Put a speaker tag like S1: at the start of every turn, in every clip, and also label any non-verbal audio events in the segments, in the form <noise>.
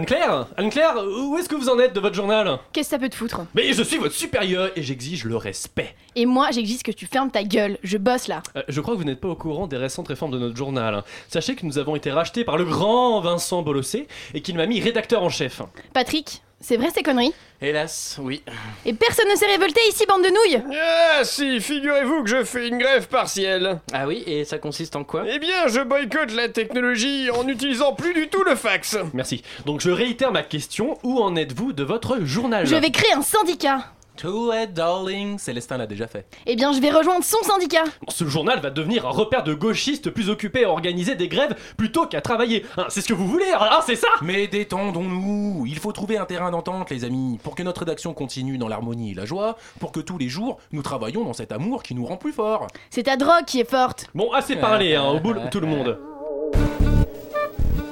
S1: Anne-Claire Anne-Claire, où est-ce que vous en êtes de votre journal
S2: Qu'est-ce que ça peut te foutre
S1: Mais je suis votre supérieur et j'exige le respect.
S2: Et moi, j'exige que tu fermes ta gueule. Je bosse là.
S1: Euh, je crois que vous n'êtes pas au courant des récentes réformes de notre journal. Sachez que nous avons été rachetés par le grand Vincent Bolossé et qu'il m'a mis rédacteur en chef.
S2: Patrick, c'est vrai ces conneries
S3: Hélas, oui.
S2: Et personne ne s'est révolté ici, bande de nouilles
S4: Ah si, figurez-vous que je fais une grève partielle.
S3: Ah oui, et ça consiste en quoi
S4: Eh bien, je boycotte la technologie en n'utilisant plus du tout le fax.
S1: Merci. Donc je réitère ma question, où en êtes-vous de votre journal
S2: Je vais créer un syndicat.
S3: Too late, darling. Célestin l'a déjà fait.
S2: Eh bien, je vais rejoindre son syndicat.
S1: Ce journal va devenir un repère de gauchistes plus occupés à organiser des grèves plutôt qu'à travailler. Hein, c'est ce que vous voulez, ah, c'est ça
S5: Mais détendons-nous Il faut trouver un terrain d'entente, les amis, pour que notre rédaction continue dans l'harmonie et la joie, pour que tous les jours, nous travaillions dans cet amour qui nous rend plus forts.
S2: C'est ta drogue qui est forte.
S1: Bon, assez parlé, hein, au bout tout le monde.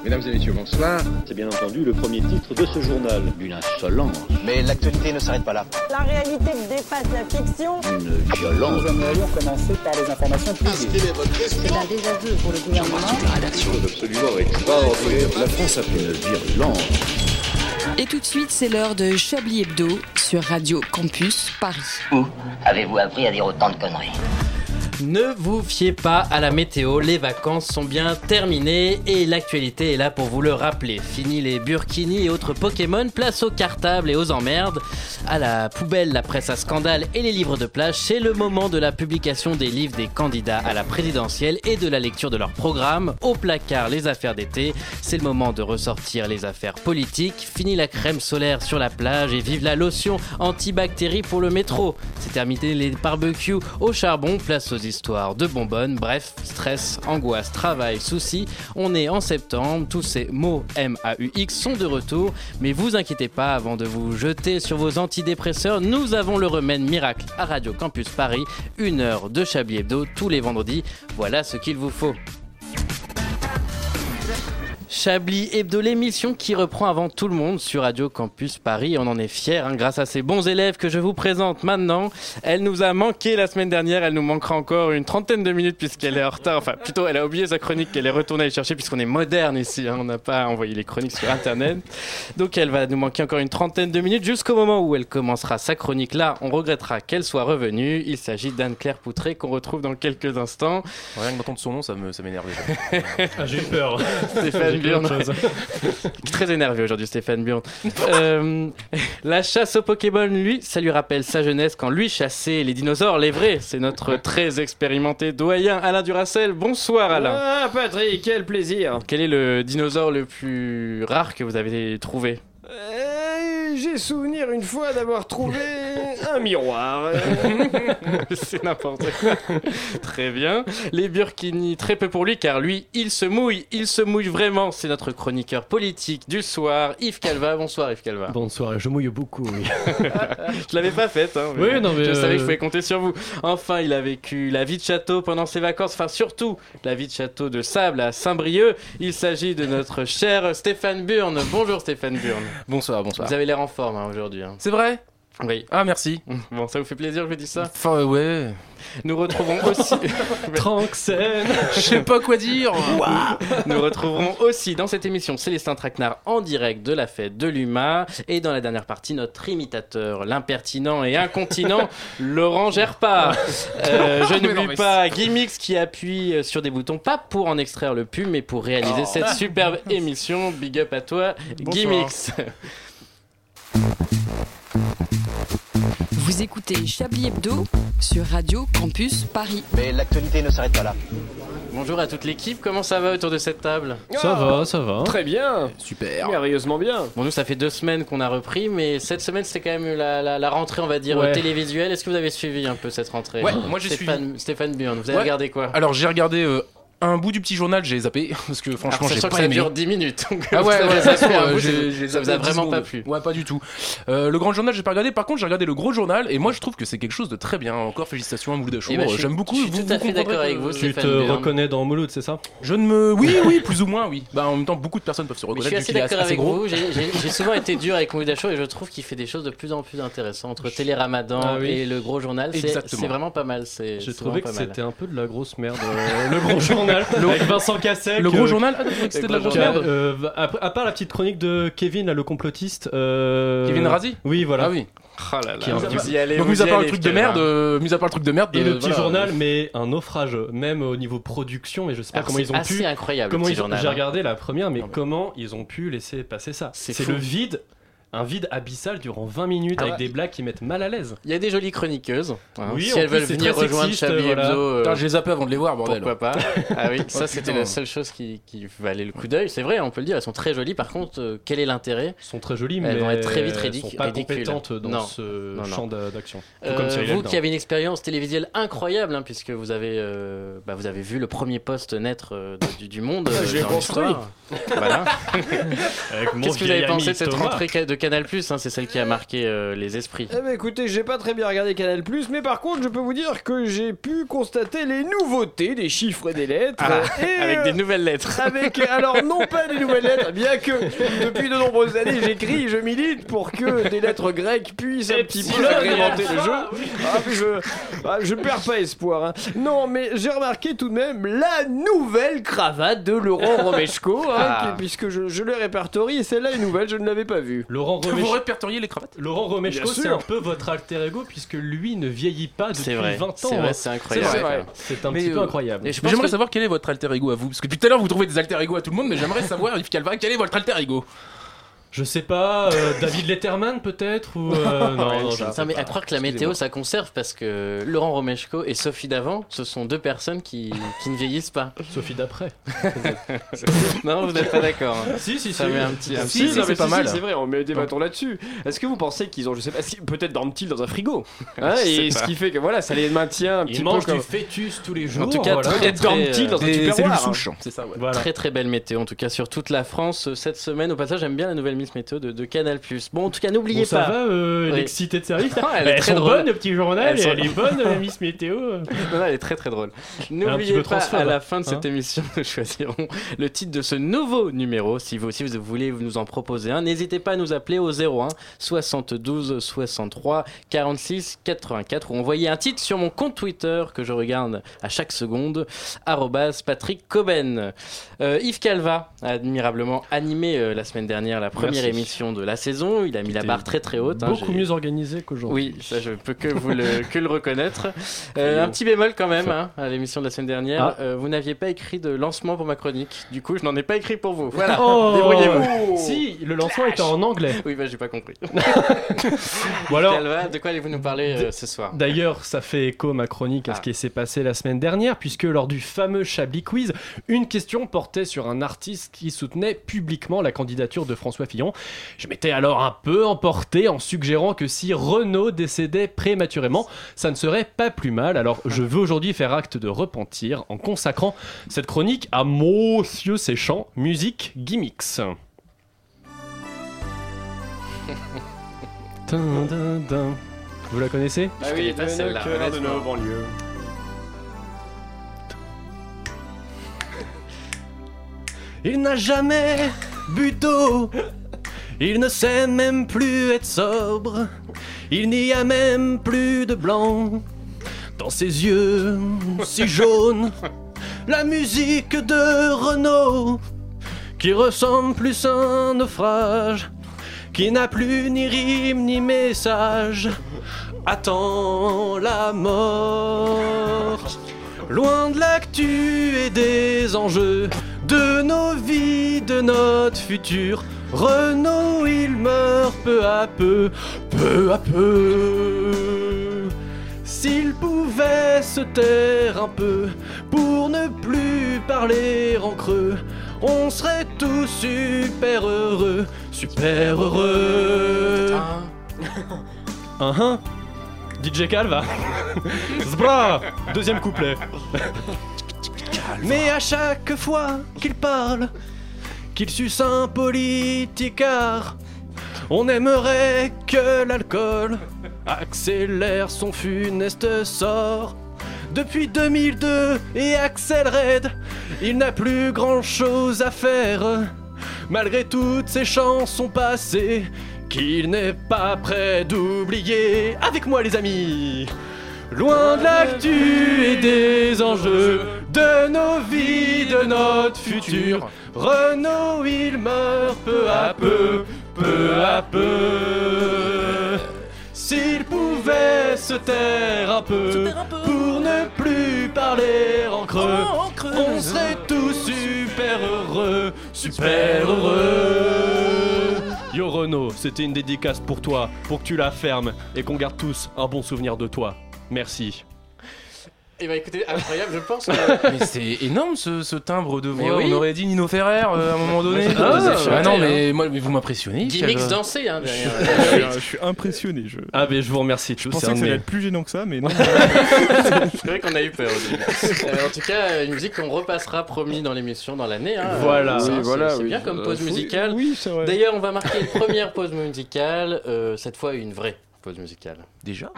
S6: Mesdames et messieurs, bonsoir.
S7: C'est bien entendu le premier titre de ce journal. Une insolence,
S8: Mais l'actualité ne s'arrête pas là.
S9: La réalité dépasse la fiction.
S7: une violence.
S10: aimerions commencer par les informations privées.
S11: C'est un désaveu pour le gouvernement.
S7: absolument extraordinaire. La France a fait une virulence.
S12: Et tout de suite, c'est l'heure de Chablis Hebdo sur Radio Campus Paris.
S8: Où avez-vous appris à dire autant de conneries
S3: Ne vous fiez pas à la météo, les vacances sont bien terminées et l'actualité est là pour vous le rappeler. Fini les burkinis et autres Pokémon, place aux cartables et aux emmerdes, à la poubelle la presse à scandale et les livres de plage, c'est le moment de la publication des livres des candidats à la présidentielle et de la lecture de leur programme. Au placard, les affaires d'été, c'est le moment de ressortir les affaires politiques. Fini la crème solaire sur la plage et vive la lotion antibactérie pour le métro. C'est terminé les barbecues au charbon, place aux histoires de bonbonnes. Bref, stress, angoisse, travail, soucis. On est en septembre, tous ces mots M-A-U-X sont de retour. Mais vous inquiétez pas, avant de vous jeter sur vos antidépresseurs, nous avons le remède miracle à Radio Campus Paris. Une heure de Chablis Hebdo tous les vendredis. Voilà ce qu'il vous faut. Chablis Hebdo, l'émission qui reprend avant tout le monde sur Radio Campus Paris. On en est fiers hein, grâce à ces bons élèves que je vous présente maintenant. Elle nous a manqué la semaine dernière, elle nous manquera encore une trentaine de minutes puisqu'elle est en retard. Enfin, plutôt, elle a oublié sa chronique qu'elle est retournée aller chercher puisqu'on est moderne ici. hein. On n'a pas envoyé les chroniques sur Internet. Donc, elle va nous manquer encore une trentaine de minutes jusqu'au moment où elle commencera sa chronique. Là, on regrettera qu'elle soit revenue. Il s'agit d'Anne-Claire Poutré qu'on retrouve dans quelques instants.
S5: Rien que d'entendre son nom, ça me- ça m'énerve déjà.
S1: Ah, j'ai eu peur.
S3: Stéphane
S1: J'ai peur de
S3: Bjorn. <laughs>
S1: chose.
S3: Très énervé aujourd'hui, Stéphane Bjorn. Euh, la chasse aux Pokémon, lui, ça lui rappelle sa jeunesse quand lui chassait les dinosaures, les vrais. C'est notre très expérimenté doyen Alain Duracel. Bonsoir Alain.
S4: Ah Patrick, quel plaisir.
S3: Quel est le dinosaure le plus rare que vous avez trouvé
S4: Euh, J'ai souvenir une fois d'avoir <laughs> trouvé un miroir. Euh,
S3: <laughs> C'est n'importe quoi. très bien. Les Burkini, très peu pour lui, car lui, il se mouille. Il se mouille vraiment. C'est notre chroniqueur politique du soir, Yves Calva. Bonsoir Yves Calva.
S1: Bonsoir, je mouille beaucoup. oui.
S3: Je l'avais pas faite. Hein,
S1: Oui, non, mais,
S3: je
S1: euh,
S3: savais que je pouvais compter sur vous. Enfin, il a vécu la vie de château pendant ses vacances. Enfin, surtout la vie de château de sable à Saint-Brieuc. Il s'agit de notre
S1: <laughs>
S3: cher Stéphane Burne. Bonjour Stéphane Burne.
S5: Bonsoir, bonsoir.
S3: Vous avez l'air en forme hein, aujourd'hui. hein.
S5: C'est vrai
S3: Oui.
S5: Ah, merci.
S3: Bon, ça vous fait plaisir, je vous dis ça.
S5: Enfin, euh, ouais.
S3: Nous retrouvons aussi. <laughs>
S1: Tranxène
S5: Je sais pas quoi dire.
S3: Nous retrouverons aussi dans cette émission Célestin Traquenard en direct de la fête de l'UMA et dans la dernière partie notre imitateur, l'impertinent et incontinent Laurent Gerpard. Euh, je
S5: Mais non,
S3: n'oublie
S5: mais
S3: pas Gimmix qui appuie euh, sur des boutons, pas pour en extraire le pub, mais pour réaliser cette superbe émission. Big up à toi, Gimmix.
S12: Vous écoutez Chablis Hebdo sur Radio Campus Paris.
S8: Mais l'actualité ne s'arrête pas là.
S3: Bonjour à toute l'équipe, comment ça va autour de cette table
S1: Ça
S4: ah,
S1: va, ça va.
S4: Très bien.
S5: Super.
S4: Merveilleusement bien.
S3: Bon, nous, ça fait deux semaines qu'on a repris, mais cette semaine, c'était quand même la, la- la rentrée, on va dire,
S1: Ouais.
S3: télévisuelle. Est-ce que vous avez suivi un peu cette rentrée
S5: Ouais, moi, j'ai
S3: Stéphane, Stéphane Bjorn, vous avez
S5: Ouais.
S3: regardé quoi
S5: Alors, j'ai regardé euh, un bout du petit journal, j'ai zappé, <laughs> parce que franchement,
S3: Alors,
S5: j'ai
S3: sachant que
S5: pas
S3: ça
S5: aimé.
S3: dure 10 minutes. donc
S5: Ah
S3: vous
S5: ouais,
S3: avez
S5: ouais,
S3: zappé
S5: d'accord,
S3: un bout,
S5: j'ai-
S3: ça-
S5: j'ai
S3: ça vous a
S5: zappé 10
S3: vraiment pas plu.
S5: secondes. Ouais, pas du tout. Euh, le grand journal, j'ai pas regardé. Par contre, j'ai regardé le gros journal et moi, je trouve que c'est quelque chose de très bien. Encore félicitations à Mouloudachour.
S3: Eh ben, je suis-
S5: J'aime beaucoup.
S3: je suis
S5: Vous-
S3: tout à
S5: vous
S3: fait d'accord
S5: comprendrez
S3: avec
S5: que-
S3: vous,
S1: Tu
S3: Stéphane
S1: te
S3: Bern.
S1: reconnais dans Mouloud, c'est ça
S5: Je ne me. Oui, oui, plus ou moins, oui. Bah, en même temps, beaucoup de personnes peuvent se
S3: Mais je suis
S5: reconnaître vu
S3: assez
S5: qu'il est
S3: d'accord
S5: assez
S3: avec
S5: gros.
S3: vous. J'ai- J'ai j'ai souvent été dur avec Mouy Dacho et je trouve qu'il fait des choses de plus en plus intéressantes entre Télé Ramadan
S1: Ah oui.
S3: et le gros journal. c'est-
S5: Exactement.
S3: C'est vraiment pas mal. c'est-
S1: J'ai
S3: c'est
S1: trouvé que
S3: vraiment pas mal.
S1: c'était un peu de la grosse merde, euh, le gros journal. journal avec Vincent euh, Cassel.
S3: Le gros journal Ah, non, je croyais que c'était de la grosse merde.
S1: euh, à, à part la petite chronique de Kevin, là, le complotiste. euh,
S5: Kevin Razi
S1: Oui, voilà.
S5: Ah oui.
S3: Oh
S5: Ah là là.
S1: Qui est un
S5: Vous
S1: petit-
S5: avez-
S4: y allez,
S5: Donc
S4: vous
S5: mis à
S4: y
S5: part le
S4: allez,
S5: truc de
S4: Pierre.
S5: merde, euh, mis à part le truc de merde.
S1: Et
S5: euh,
S1: le petit
S5: voilà.
S1: journal, mais un naufrage, même au niveau production, mais je sais pas
S5: euh,
S3: Alors,
S1: comment
S3: Ah, c'est
S1: ils ont
S3: assez
S1: pu.
S3: incroyable.
S1: Comment
S3: le petit
S1: ils ont-
S3: journal,
S1: J'ai
S3: hein.
S1: regardé la première, mais,
S3: Non, mais-
S1: comment ils ont pu laisser passer ça
S3: C'est
S1: C'est
S3: fou.
S1: le vide, un vide abyssal durant 20 minutes
S3: Ah
S1: avec
S3: ouais.
S1: des blagues qui mettent mal à l'aise.
S3: Il y a des jolies chroniqueuses. hein.
S1: Oui, en
S3: si elles
S1: plus,
S3: veulent
S1: c'est
S3: venir
S1: très
S3: rejoindre
S1: sexiste,
S3: Chablis
S1: voilà.
S3: Hebdo, euh,
S5: Putain, je les zappe avant de les voir, bordel.
S3: pourquoi pas Ah oui, ça
S5: Oh,
S3: c'était
S5: putain.
S3: la seule chose qui, qui valait le coup d'œil. C'est vrai, on peut le dire, elles sont très jolies. Par contre, euh, quel est l'intérêt
S1: Elles sont très jolies, mais
S3: Elles vont être très vite
S1: elles sont
S3: ridic-
S1: pas
S3: ridicules.
S1: compétentes dans
S3: Non.
S1: ce
S3: Non, non.
S1: champ d'a- d'action. Tout
S3: Euh,
S1: comme Cyril
S3: Vous
S1: Hanouna.
S3: qui avez une expérience télévisuelle incroyable, hein, puisque vous avez, euh, bah, vous avez vu le premier poste naître euh, de- du, du
S1: <laughs>
S3: monde. euh,
S4: Je l'ai
S3: dans l'histoire. <laughs> Voilà.
S1: Avec mon
S3: Qu'est-ce que vous
S1: vieil
S3: avez
S1: ami
S3: pensé de cette
S1: Thomas.
S3: rentrée ca- de Canal Plus C'est celle qui a marqué euh, les esprits.
S4: Eh ben écoutez, j'ai pas très bien regardé Canal+, mais par contre, je peux vous dire que j'ai pu constater les nouveautés des chiffres et des lettres. et,
S3: Ah, Avec
S4: euh,
S3: des nouvelles lettres.
S4: avec alors non pas des nouvelles lettres, bien que depuis de nombreuses années j'écris et je milite pour que des lettres grecques puissent un petit peu agrémenter le jeu. Ah, puis je, ah, je perds pas espoir. hein. Non mais j'ai remarqué tout de même la nouvelle cravate de Laurent Romeshko, hein,
S3: Ah.
S4: qui- puisque je, je l'ai répertoriée, celle-là est nouvelle, je ne l'avais pas vue.
S3: <laughs>
S1: Laurent
S5: Vous
S1: Romeshko,
S5: répertoriez les cravates
S1: Laurent Romeshko,
S4: Bien
S1: c'est
S4: sûr.
S1: un peu votre alter ego puisque lui ne vieillit pas depuis
S3: C'est vrai.
S1: 20 ans. hein.
S3: C'est vrai, c'est incroyable.
S4: C'est vrai.
S1: C'est un
S5: Mais,
S1: petit peu
S5: euh,
S1: incroyable.
S3: Et je pense
S5: J'aimerais
S3: que-
S5: savoir quel est votre alter ego à vous, parce que depuis tout à l'heure vous trouvez des alter ego à tout le monde, mais j'aimerais savoir Yves Calva, quel est votre alter ego
S1: Je sais pas, euh, David Letterman peut-être ou euh,
S3: <laughs>
S1: non, non, je ne sais
S3: Non, mais
S1: pas.
S3: à croire que la météo ça conserve parce que Laurent Romeshko et Sophie Davant, ce sont deux personnes qui, qui ne vieillissent pas.
S1: Sophie d'après.
S3: <laughs> Non, vous n'êtes pas d'accord. hein.
S1: si si
S3: Ça
S1: si.
S3: met un petit. un
S4: Ah,
S3: petit-
S5: si,
S4: non,
S5: c'est
S4: mais
S5: pas mal.
S4: C'est vrai, on met des bâtons là-dessus. Est-ce que vous pensez qu'ils ont, je sais pas, si- peut-être dorment-ils dans un frigo Hein,
S3: Je sais
S4: Et ce
S3: pas.
S4: qui fait que voilà, ça les maintient un petit
S1: Il
S4: peu
S1: mange
S4: comme.
S1: du fœtus tous les jours.
S3: tout cas,
S1: voilà.
S3: très-
S4: Peut-être dorment-ils dans un hein.
S5: Des cellules
S4: tupperware
S5: souches, c'est ça, ouais.
S1: Voilà.
S3: Très très belle météo en tout cas sur toute la France euh, cette semaine. Au passage, j'aime bien la nouvelle Miss Météo de, de Canal+. Bon, en tout cas, n'oubliez
S1: Bon, ça
S3: pas.
S1: va, euh,
S3: Oui.
S1: l'excité de service
S3: Non, <laughs> elle est
S1: Elles
S3: très
S1: sont
S3: drôle.
S1: bonnes, le petit journal,
S3: Elles
S1: et
S3: sont-
S1: elle est bonne, euh, Miss Météo.
S3: <laughs> Non, non, elle est très très drôle.
S1: petit
S3: N'oubliez
S1: peu
S3: pas
S1: transphobe,
S3: à la fin de
S1: hein.
S3: cette émission, nous choisirons le titre de ce nouveau numéro. Si vous aussi vous voulez nous en proposer un, n'hésitez pas à nous appeler au 01 72 63 46 84 ou envoyer un titre sur mon compte Twitter que je regarde à chaque seconde arrobase Patrick Coben. Euh, Yves Calva a admirablement animé euh, la semaine dernière la première
S1: Merci.
S3: émission de la saison. Il a mis la
S1: était
S3: barre très très haute. hein.
S1: Beaucoup
S3: J'ai-
S1: mieux organisé qu'aujourd'hui.
S3: oui, ça je peux que vous le, que le reconnaître. Euh, un petit bémol quand même hein, à l'émission de la semaine dernière.
S1: Ah.
S3: Euh, vous n'aviez pas écrit de lancement pour ma chronique. Du coup, je n'en ai pas écrit pour vous. Voilà.
S1: Oh.
S3: <laughs> Débrouillez-vous.
S1: Si, le lancement était en anglais.
S3: Oui, bah j'ai pas compris.
S1: Ou alors,
S3: Calva, de quoi allez-vous nous parler euh, ce soir
S1: D'ailleurs, ça fait écho ma chronique à ce
S3: Ah.
S1: qui s'est passé la semaine dernière, puisque lors du fameux Chablis Quiz, une question portait sur un artiste qui soutenait publiquement la candidature de François Fillon. Je m'étais alors un peu emporté en suggérant que si Renaud décédait prématurément, ça ne serait pas plus mal. Alors, je veux aujourd'hui faire acte de repentir en consacrant cette chronique à Monsieur Séchant, musique
S3: <laughs>
S1: gimmicks. Dun, dun, dun. Vous la connaissez
S3: Je connais pas celle-là, honnêtement.
S4: banlieues.
S1: Il n'a jamais bu d'eau. Il ne sait même plus être sobre. Il n'y a même plus de blanc dans ses yeux si jaunes. La musique de Renaud qui ressemble plus à un naufrage, qui n'a plus ni rime ni message. Attends la mort. Loin de l'actu et des enjeux de nos vies, de notre futur. Renaud, il meurt peu à peu, peu à peu. S'il pouvait se taire un peu pour ne plus parler en creux, on serait tous super heureux, super heureux. Hein <laughs> hein DJ Calva Zbra Deuxième couplet Mais à chaque fois qu'il parle, qu'il suce un politicard, on aimerait que l'alcool accélère son funeste sort. Depuis 2002 et Axel Red, il n'a plus grand chose à faire. Malgré toutes ses chansons passées, qu'il n'est pas prêt d'oublier. Avec moi, les amis!
S13: Loin de l'actu et des enjeux de nos vies, de notre futur. Renault, il meurt peu à peu, peu à peu. S'il pouvait se taire un peu pour ne plus parler en creux, Euh, on serait tous super heureux, super heureux. Yo Renault, c'était une dédicace pour toi, pour que tu la fermes et qu'on garde tous un bon souvenir de toi. Merci.
S3: Eh
S14: Et
S3: ben,
S14: bah écoutez, incroyable, je pense.
S5: Mais c'est énorme ce, ce timbre de voix.
S14: Mais oui.
S5: On aurait dit Nino Ferrer euh, à un moment
S14: Moi,
S5: donné.
S14: je trouve que vous avez
S5: ah non,
S14: chanté,
S4: Hein.
S5: mais moi, mais vous m'impressionnez. euh,
S14: Gimmicks
S5: quel-
S14: dansé, hein, derrière.
S3: euh.
S15: Je, je suis impressionné. Je,
S13: Ah, mais je vous remercie
S15: je
S13: tous.
S15: pensais
S13: c'est un
S15: que ça
S13: de
S15: allait
S13: mes-
S15: être plus gênant que ça, mais non.
S14: C'est
S3: vrai qu'on a eu peur. <laughs> Euh, en tout cas, une musique qu'on repassera promis dans l'émission dans l'année. hein.
S16: Voilà.
S3: Ça,
S16: Oui,
S3: c'est
S16: voilà,
S3: c'est
S16: oui.
S3: bien comme
S16: Euh,
S3: pause
S16: oui,
S3: musicale. D'ailleurs, on va marquer une première pause musicale, euh, cette fois une vraie pause musicale.
S5: Déjà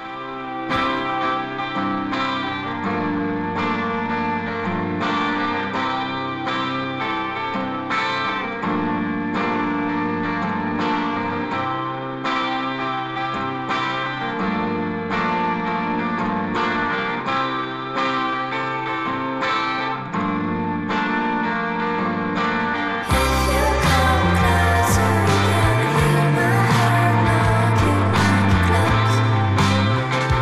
S17: Thank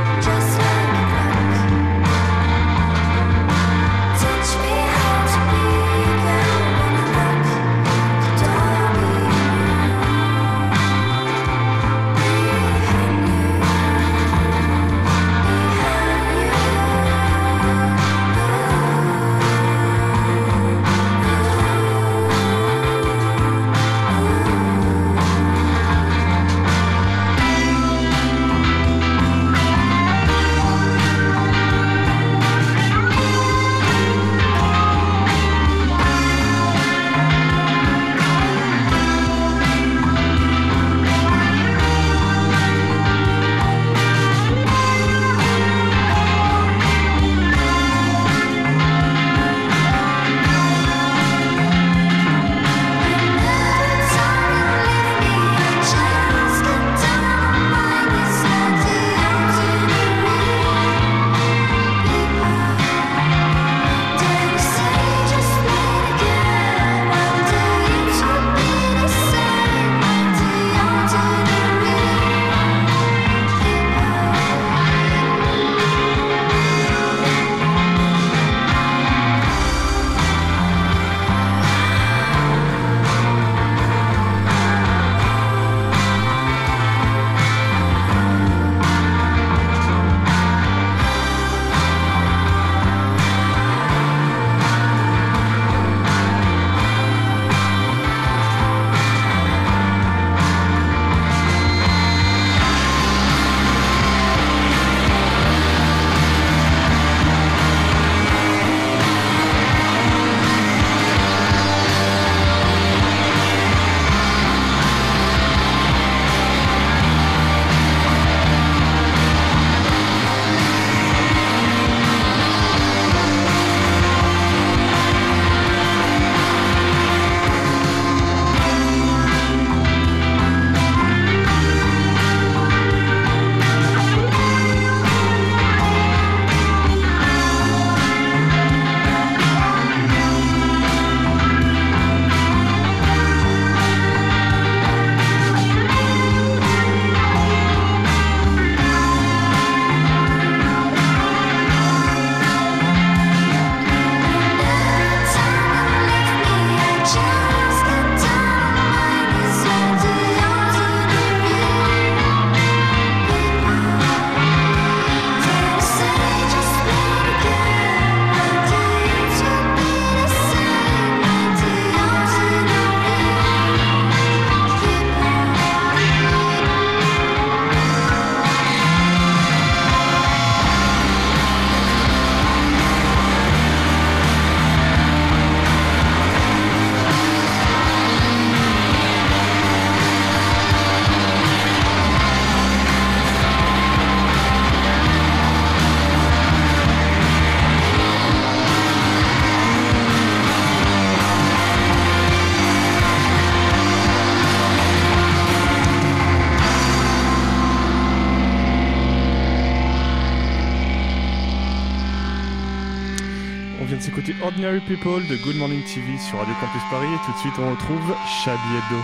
S15: écoutez Ordinary People de Good Morning TV sur Radio Campus Paris et tout de suite on retrouve Chablis Hebdo.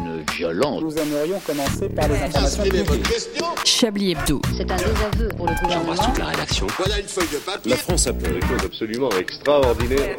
S7: Une violence.
S10: Nous aimerions commencer par les informations publiques.
S12: Chablis Hebdo.
S11: C'est un désaveu pour le gouvernement.
S7: la rédaction. Voilà une feuille de papier. La France a fait des choses absolument extraordinaires.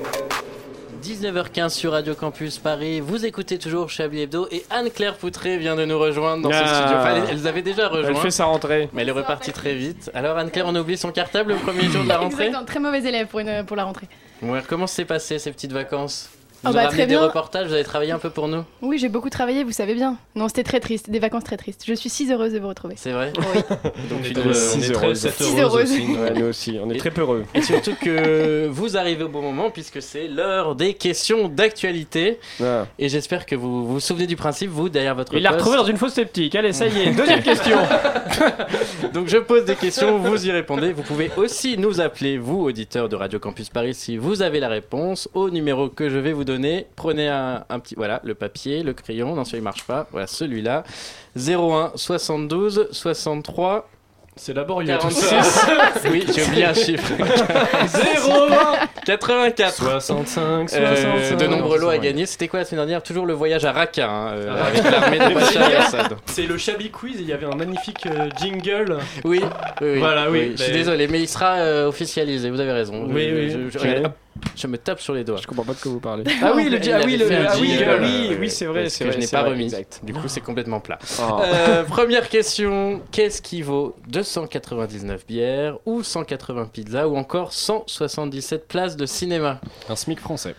S3: 19h15 sur Radio Campus Paris, vous écoutez toujours Chablis Hebdo et Anne-Claire Poutré vient de nous rejoindre dans ce
S4: Ah.
S3: studio. Enfin, elle, elle avait déjà rejoint.
S4: Elle fait sa rentrée.
S3: Mais elle est repartie très vite. Alors Anne-Claire, on a oublié son cartable le premier jour de la rentrée
S2: Exactement, très mauvais élève pour, une, pour la rentrée.
S3: Ouais, comment s'est passé ces petites vacances
S2: Ah
S3: Vous avez
S2: bah,
S3: ramené
S2: très
S3: des
S2: bien.
S3: reportages, vous avez travaillé un peu pour nous
S2: Oui, j'ai beaucoup travaillé, vous savez bien. Non, c'était très triste, des vacances très tristes. Je suis si heureuse de vous retrouver.
S3: C'est vrai <laughs> Donc
S4: On est
S3: tu
S4: très-
S3: dois-
S4: six
S3: on est très
S4: heureuses.
S3: sept
S4: Six
S3: heureuses
S4: heureuses.
S3: aussi.
S4: Ouais, nous aussi, on est très peureux.
S3: Et surtout que vous arrivez au bon moment puisque c'est l'heure des questions d'actualité. Et j'espère que vous vous souvenez du principe, vous, derrière votre
S4: Ah. Il l'a
S3: poste.
S4: retrouvé dans une fausse sceptique. Allez, ça y
S13: <laughs>
S4: est, deuxième question.
S3: Donc je pose des questions, vous y répondez. Vous pouvez aussi nous appeler, vous, auditeurs de Radio Campus Paris, si vous avez la réponse au numéro que je vais vous donner. Prenez un, un petit, voilà, le papier, le crayon. Non, celui-là il marche pas. Voilà, celui-là. 01 72 63. C'est laborieux.
S4: tout
S3: 46.
S4: ça.
S3: oui, j'ai oublié un chiffre.
S13: <laughs>
S3: 84. 65,
S4: Euh,
S3: Euh, de
S4: 65.
S3: nombreux lots à
S4: Ouais.
S3: gagner. C'était quoi la semaine dernière Toujours le voyage à Raqqa hein, euh,
S13: Ah.
S3: avec l'armée
S13: <laughs>
S3: de Bachar el-Assad.
S13: C'est le Shabby Quiz, il y avait un magnifique euh, jingle.
S3: Oui, oui, oui.
S13: Voilà, oui.
S3: Je suis
S13: mais-
S3: désolé, mais il sera euh, officialisé, vous avez raison.
S13: Oui,
S3: Je-
S13: oui.
S3: Je, je-
S13: Tu
S3: regarde,
S13: l'as
S3: hop, je me tape sur les doigts. Je
S4: comprends pas de quoi vous parlez.
S13: Ah oui, le- ah oui, le- ah oui, ah oui,
S4: oui, c'est vrai, c'est
S3: euh, je
S4: vrai,
S3: n'ai
S4: c'est
S3: pas
S4: vrai,
S3: remis.
S4: exact.
S3: Du coup, c'est complètement plat.
S4: Oh.
S3: Euh, première question qu'est-ce qui vaut 299 bières ou 180 pizzas ou encore 177 places de cinéma
S4: Un SMIC français.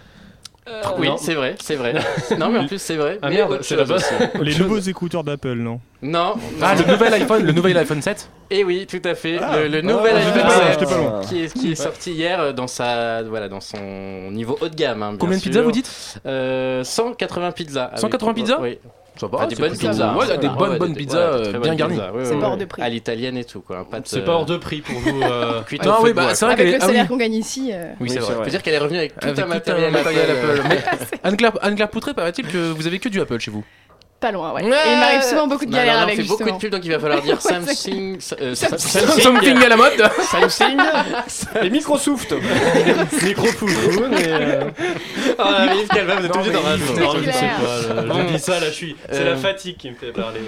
S3: oui,
S4: non.
S3: c'est vrai, c'est vrai. Non, mais en plus, Ah, c'est
S13: Ah,
S3: vrai. Mais
S13: euh,
S3: autre chose aussi.
S15: Les nouveaux écouteurs d'Apple, non
S3: Non.
S5: Ah,
S3: non.
S5: le nouvel iPhone, le nouvel iPhone 7
S3: Et oui, tout à fait.
S5: Ah.
S3: le, le nouvel
S5: Ah,
S3: iPhone
S5: j'étais pas loin,
S3: 7,
S5: j'étais pas loin.
S3: qui est, qui est
S5: Ouais.
S3: sorti hier euh, dans sa voilà dans son niveau haut de gamme. hein, bien
S5: Combien de
S3: sûr.
S5: pizzas, vous dites
S3: Euh, 180 pizzas. avec-
S5: 180 pizzas
S3: Oui.
S5: Ça va,
S3: Enfin, Ah, des
S5: c'est
S3: bonnes
S5: plutôt-
S3: pizzas. Ah
S5: ouais, des bonnes, bonnes
S3: des-
S5: pizzas,
S3: des très
S5: euh,
S3: bonnes
S5: bien garnies.
S3: pizzas, ouais,
S5: C'est
S3: ouais,
S5: pas
S3: ouais.
S5: hors de prix.
S3: À l'italienne et tout quoi. hein, de-
S13: C'est pas hors de prix pour vous,
S3: <laughs>
S13: euh.
S3: Cuite
S5: Ah
S3: au
S5: oui,
S3: feu de
S5: bah,
S3: bois,
S5: c'est
S3: quoi.
S5: vrai
S2: Avec
S5: qu'elle
S2: le
S5: est- ah oui.
S2: salaire qu'on gagne ici. euh,
S3: Oui, c'est
S5: Oui, c'est
S3: vrai.
S5: vrai.
S3: Faut dire qu'elle est revenue avec tout
S5: Avec
S3: un
S5: tout un
S3: matériel
S5: matériel
S3: Apple.
S5: Apple. Mais Anne-Claire, Anne-Claire Poutré, paraît-il que vous avez que du Apple
S4: <laughs>
S5: chez vous
S2: Pas loin, ouais. Et il m'arrive souvent beaucoup de
S3: Non, non,
S2: galères
S3: non,
S2: avec
S3: On fait Bah beaucoup de
S2: justement.
S3: pubs, donc il va
S5: <laughs>
S3: falloir dire
S2: Ouais, c'est-
S3: Samsung. euh, Sam-
S5: Samsung. Something à la mode.
S3: Samsung.
S13: <laughs>
S4: Et Microsoft.
S13: Microfoon et. euh,
S3: Oh la liste qu'elle va, vous êtes obligés d'en rajouter.
S13: Non, mais je sais pas, je-
S3: Bon.
S13: je dis ça là, je suis. C'est
S3: Euh,
S13: la fatigue qui me fait <laughs> parler.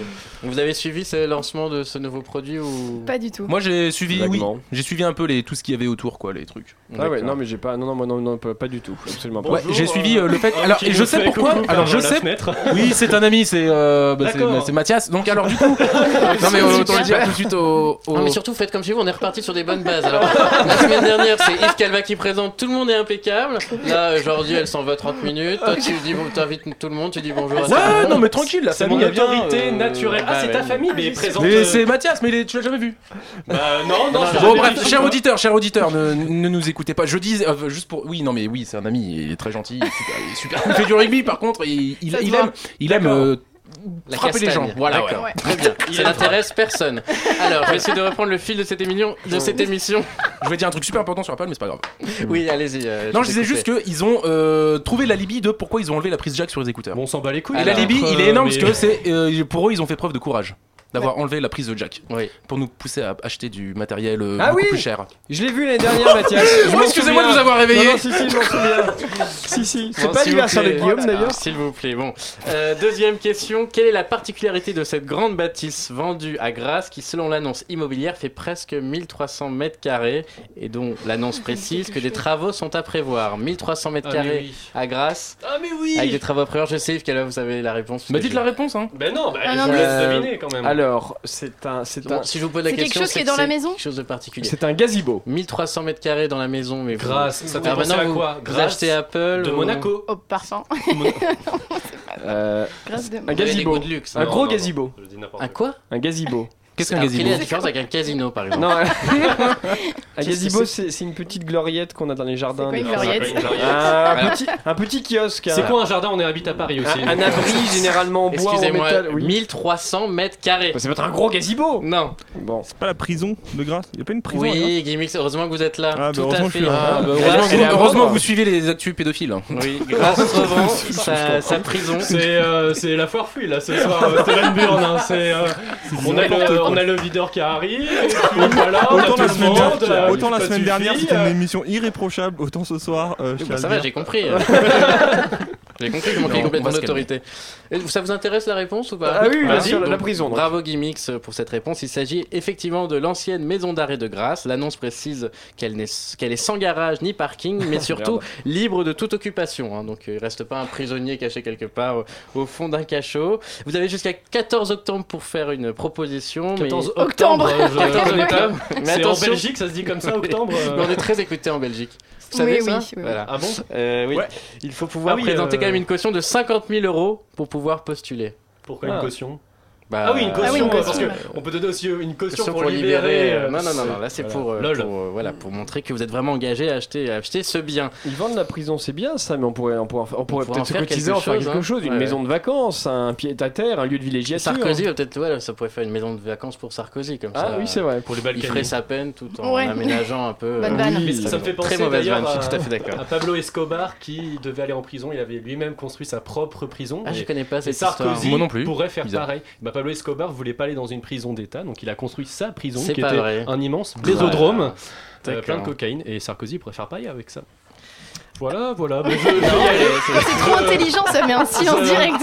S3: Vous avez suivi ce lancement de ce nouveau produit ou
S2: Pas du tout.
S5: Moi j'ai suivi, oui,
S4: Vaguement.
S5: j'ai suivi un peu les, tout ce qu'il y avait autour, quoi, les trucs.
S4: Ah ouais, non mais j'ai pas, non non moi, non non pas, pas du tout, absolument pas.
S5: Ouais, j'ai suivi euh, le fait.
S4: Ah,
S5: Alors,
S4: qui
S5: et je
S4: nous
S5: sais
S4: fait
S5: pourquoi.
S4: coucou
S5: Alors,
S4: par
S5: je
S4: la
S5: sais.
S4: fenêtre.
S5: Oui, c'est un ami, c'est euh, bah, c'est- bah, c'est Mathias. Donc, alors,
S4: <laughs>
S5: du coup. non, mais euh, autant le dire tout de suite au. au-
S3: Non, mais surtout, faites comme chez vous, on est reparti sur des bonnes bases. Alors, <laughs> la semaine dernière, c'est Yves Calva qui présente, tout le monde est impeccable. Là, aujourd'hui, elle s'en va 30 minutes. Toi, tu dis, bon, t'invites tout le monde, tu dis bonjour à tout le
S5: Ouais,
S3: monde.
S5: non, mais tranquille, la
S13: C'est
S5: famille
S13: mon
S5: elle vient,
S13: autorité
S5: euh,
S13: naturelle. Ah,
S5: bah,
S13: c'est ta
S5: ouais.
S13: famille, mais présente.
S5: Mais
S13: euh,
S5: c'est Mathias, mais il est- tu l'as jamais vu.
S13: Bah, non, non, je-
S5: Bon bref, cher auditeur, cher auditeur, ne, ne nous écoutez pas. Je dis euh, juste pour oui, non mais oui, c'est un ami, il est très gentil, il est super, il est super. Il fait du rugby par contre, il, il,
S3: Ça se
S5: il
S3: voit.
S5: aime, il aime
S3: D'accord.
S5: euh,
S3: La
S5: frapper les
S3: castagne.
S5: gens. Ah Voilà,
S3: D'accord.
S5: ouais.
S3: Très bien.
S5: Il
S3: Ça
S5: est
S3: n'intéresse personne. Alors, je vais essayer de reprendre le fil de cette émission. De cette émission.
S5: Je vais dire un truc super important sur Apple, mais c'est pas grave.
S3: Oui, allez-y. euh,
S5: Non, je
S3: t'ai
S5: disais
S3: coupé.
S5: juste qu'ils ont euh, trouvé la Libye de pourquoi ils ont enlevé la prise jack sur les écouteurs.
S13: on s'en bat les couilles. Ah,
S5: Et la
S13: Alors,
S5: Libye,
S13: entre,
S5: il est énorme
S13: mais-
S5: parce que c'est euh, pour eux, ils ont fait preuve de courage d'avoir
S4: Ouais.
S5: enlevé la prise de jack pour nous pousser à acheter du matériel euh,
S4: Ah
S5: beaucoup
S4: oui
S5: plus cher.
S4: Je l'ai vu l'année dernière, Mathias. Je
S5: Oh,
S4: m'en
S5: excusez-moi
S4: souviens.
S5: de vous avoir réveillé.
S4: Non, non, si, si, je m'en souviens. si, si, c'est
S3: Bon,
S4: pas
S3: s'il vous
S4: l'anniversaire de
S3: plaît.
S4: Guillaume d'ailleurs.
S3: S'il vous plaît, bon. Euh, deuxième question. Quelle est la particularité de cette grande bâtisse vendue à Grasse qui, selon l'annonce immobilière, fait presque 1300 mètres carrés et dont
S4: <laughs>
S3: l'annonce précise que des travaux sont à prévoir 1300 mètres
S13: Ah, mais
S3: carrés
S13: oui.
S3: à Grasse.
S13: Ah, mais oui
S3: Avec des travaux à prévoir, je sais, Yves Calva, vous avez la réponse.
S5: Bah dites la réponse hein.
S13: Ben non, bah,
S3: Ah,
S13: je
S3: non,
S13: vous
S3: mais- ah,
S13: laisse deviner quand même.
S4: Alors, c'est un, c'est
S3: Bon,
S4: un,
S3: si je vous pose la
S2: C'est
S3: question,
S2: quelque chose qui est
S3: que
S2: dans la
S3: c'est
S2: maison
S3: quelque chose de particulier.
S4: c'est un gazebo.
S3: 1300 mètres carrés dans la maison, mais vous-
S13: Grasse, ça fait
S3: Ah,
S13: penser
S3: maintenant,
S13: à
S3: vous-
S13: quoi
S3: vous
S13: Grasse
S3: achetez Apple
S13: de
S3: ou-
S13: Monaco.
S2: Au Oh, parfum.
S4: Euh,
S2: Grâce de-
S4: un
S3: Vous avez des
S4: gazebo.
S3: goûts de luxe,
S4: un
S3: non,
S4: gros
S3: non, non,
S4: gazebo.
S13: Je dis n'importe
S3: Un quoi
S4: Un
S3: <laughs>
S4: gazebo. Qu'est-ce
S3: Alors, Quelle est la différence avec un casino, par exemple
S4: Non,
S3: <laughs>
S4: un- un
S3: Qu'est-ce que
S4: gazebo, c'est c'est une petite gloriette qu'on a dans les jardins.
S3: Ah,
S2: C'est quoi une
S4: des fois. Ah,
S2: gloriette
S13: Une gloriette. Ah,
S4: Un
S3: Alors-
S4: petit, un petit kiosque.
S13: C'est
S4: un-
S13: quoi un jardin On est habite à Paris aussi.
S4: Un, un
S3: <laughs>
S4: abri généralement en bois ou en
S3: Excusez-moi,
S4: métal. Oui.
S3: 1300 mètres carrés.
S4: Bah, Ça peut être un gros gazebo.
S3: Non.
S4: Bon.
S15: C'est pas la prison de grâce Il y a pas une prison à Grasse
S3: Oui, Gimmicks, heureusement que vous êtes là.
S15: Ah, bah,
S3: Tout
S15: heureusement
S3: à
S15: que je
S3: fait.
S15: suis là.
S3: Ah, bah,
S5: Heureusement,
S3: grâce-
S5: que- heureusement que vous suivez les actus pédophiles.
S3: <laughs> Oui, grâce revend sa, sa prison.
S13: C'est euh, c'est la foire fouille là ce soir, euh, Stéphane Burn. hein, c'est, euh, on a le, on a le videur qui arrive. et puis voilà, on a
S15: autant
S13: tout
S15: la
S13: le
S15: semaine,
S13: monde,
S15: dernière-
S13: euh,
S15: autant la
S13: ça
S15: semaine dernière,
S13: suffit,
S15: c'était
S13: euh.
S15: une émission irréprochable, autant ce soir. euh, je tiens à
S3: ça
S15: le
S3: va,
S15: dire.
S3: j'ai compris. euh. j'ai compris comment
S15: Non,
S3: tu
S15: on
S3: complètement
S15: va se calmer.
S3: autorité. Et ça vous intéresse la réponse ou pas
S4: Ah oui, oui, bien
S3: Vas-y,
S4: sûr, la-
S3: donc,
S4: la prison, donc.
S3: Bravo Gimmicks euh, pour cette réponse. Il s'agit effectivement de l'ancienne maison d'arrêt de Grasse. L'annonce précise qu'elle n'est- qu'elle est sans garage ni parking,
S13: <laughs>
S3: mais surtout
S4: Merde.
S3: libre de toute occupation. hein. Donc il reste pas un prisonnier caché quelque part euh, au fond d'un cachot. Vous avez jusqu'à 14 octobre pour faire une proposition. mais- <laughs>
S13: 14 octobre, euh, je-
S3: 14
S13: Oui.
S3: octobre.
S13: C'est
S3: Mais
S13: en
S3: attention.
S13: Belgique, ça se dit comme ça, octobre, euh.
S3: <laughs> Mais on est très écouté en Belgique.
S13: Oui,
S3: Vous savez
S13: oui,
S3: ça
S13: oui, oui.
S3: Voilà.
S13: Ah bon
S3: Euh, oui.
S13: Ouais.
S3: Il faut pouvoir
S13: Ah oui,
S3: présenter
S13: euh,
S3: quand même une caution de 50 000 euros pour pouvoir postuler.
S13: Pourquoi une caution
S3: Bah,
S13: Ah oui, une caution, parce
S3: caution.
S13: qu'on peut donner aussi euh, une caution
S3: Caution
S13: pour, libérer. euh,
S3: Non, non, non, non, là c'est
S13: voilà.
S3: pour, euh,
S13: Lol.
S3: pour, euh, voilà, pour montrer que vous êtes vraiment engagé à acheter, à acheter ce bien.
S4: Ils vendent la prison, c'est bien ça, mais on pourrait, on pourrait, on pourrait
S3: pourrait en
S4: peut-être se
S3: faire
S4: cotiser,
S3: quelque
S4: en faire
S3: chose,
S4: quelque
S3: hein.
S4: chose, une
S3: Ouais,
S4: maison de vacances, un pied à terre, un lieu de villégiature.
S3: Sarkozy va peut-être, ouais, ça pourrait faire une maison de vacances pour Sarkozy comme ça.
S4: Ah oui, c'est vrai. Pour les Balkany.
S3: Il ferait sa peine tout en
S13: Ouais.
S3: aménageant un peu.
S13: Bonne
S3: euh,
S13: vanne.
S3: oui,
S13: ça me fait penser
S3: Très mauvaise
S13: d'ailleurs
S3: vanne, je
S13: à-
S3: suis tout à fait d'accord.
S13: à Pablo Escobar qui devait aller en prison, il avait lui-même construit sa propre prison.
S3: Ah, je
S13: Et-
S3: connais pas
S13: et
S3: cette
S13: Sarkozy
S3: histoire. Moi non plus.
S13: pourrait faire
S3: Bizarre.
S13: pareil. Bah, Pablo Escobar voulait pas aller dans une prison d'État, donc il a construit sa prison
S3: C'est
S13: qui
S3: pas
S13: était
S3: vrai.
S13: un immense
S3: Voilà.
S13: bésodrome, euh,
S3: D'accord.
S13: plein de cocaïne, et Sarkozy pourrait faire pareil avec ça. Voilà, voilà. bon, je- je vais
S2: Non,
S13: y aller.
S2: mais c'est trop
S13: Euh,
S2: intelligent, ça met un silence
S13: je-
S2: direct.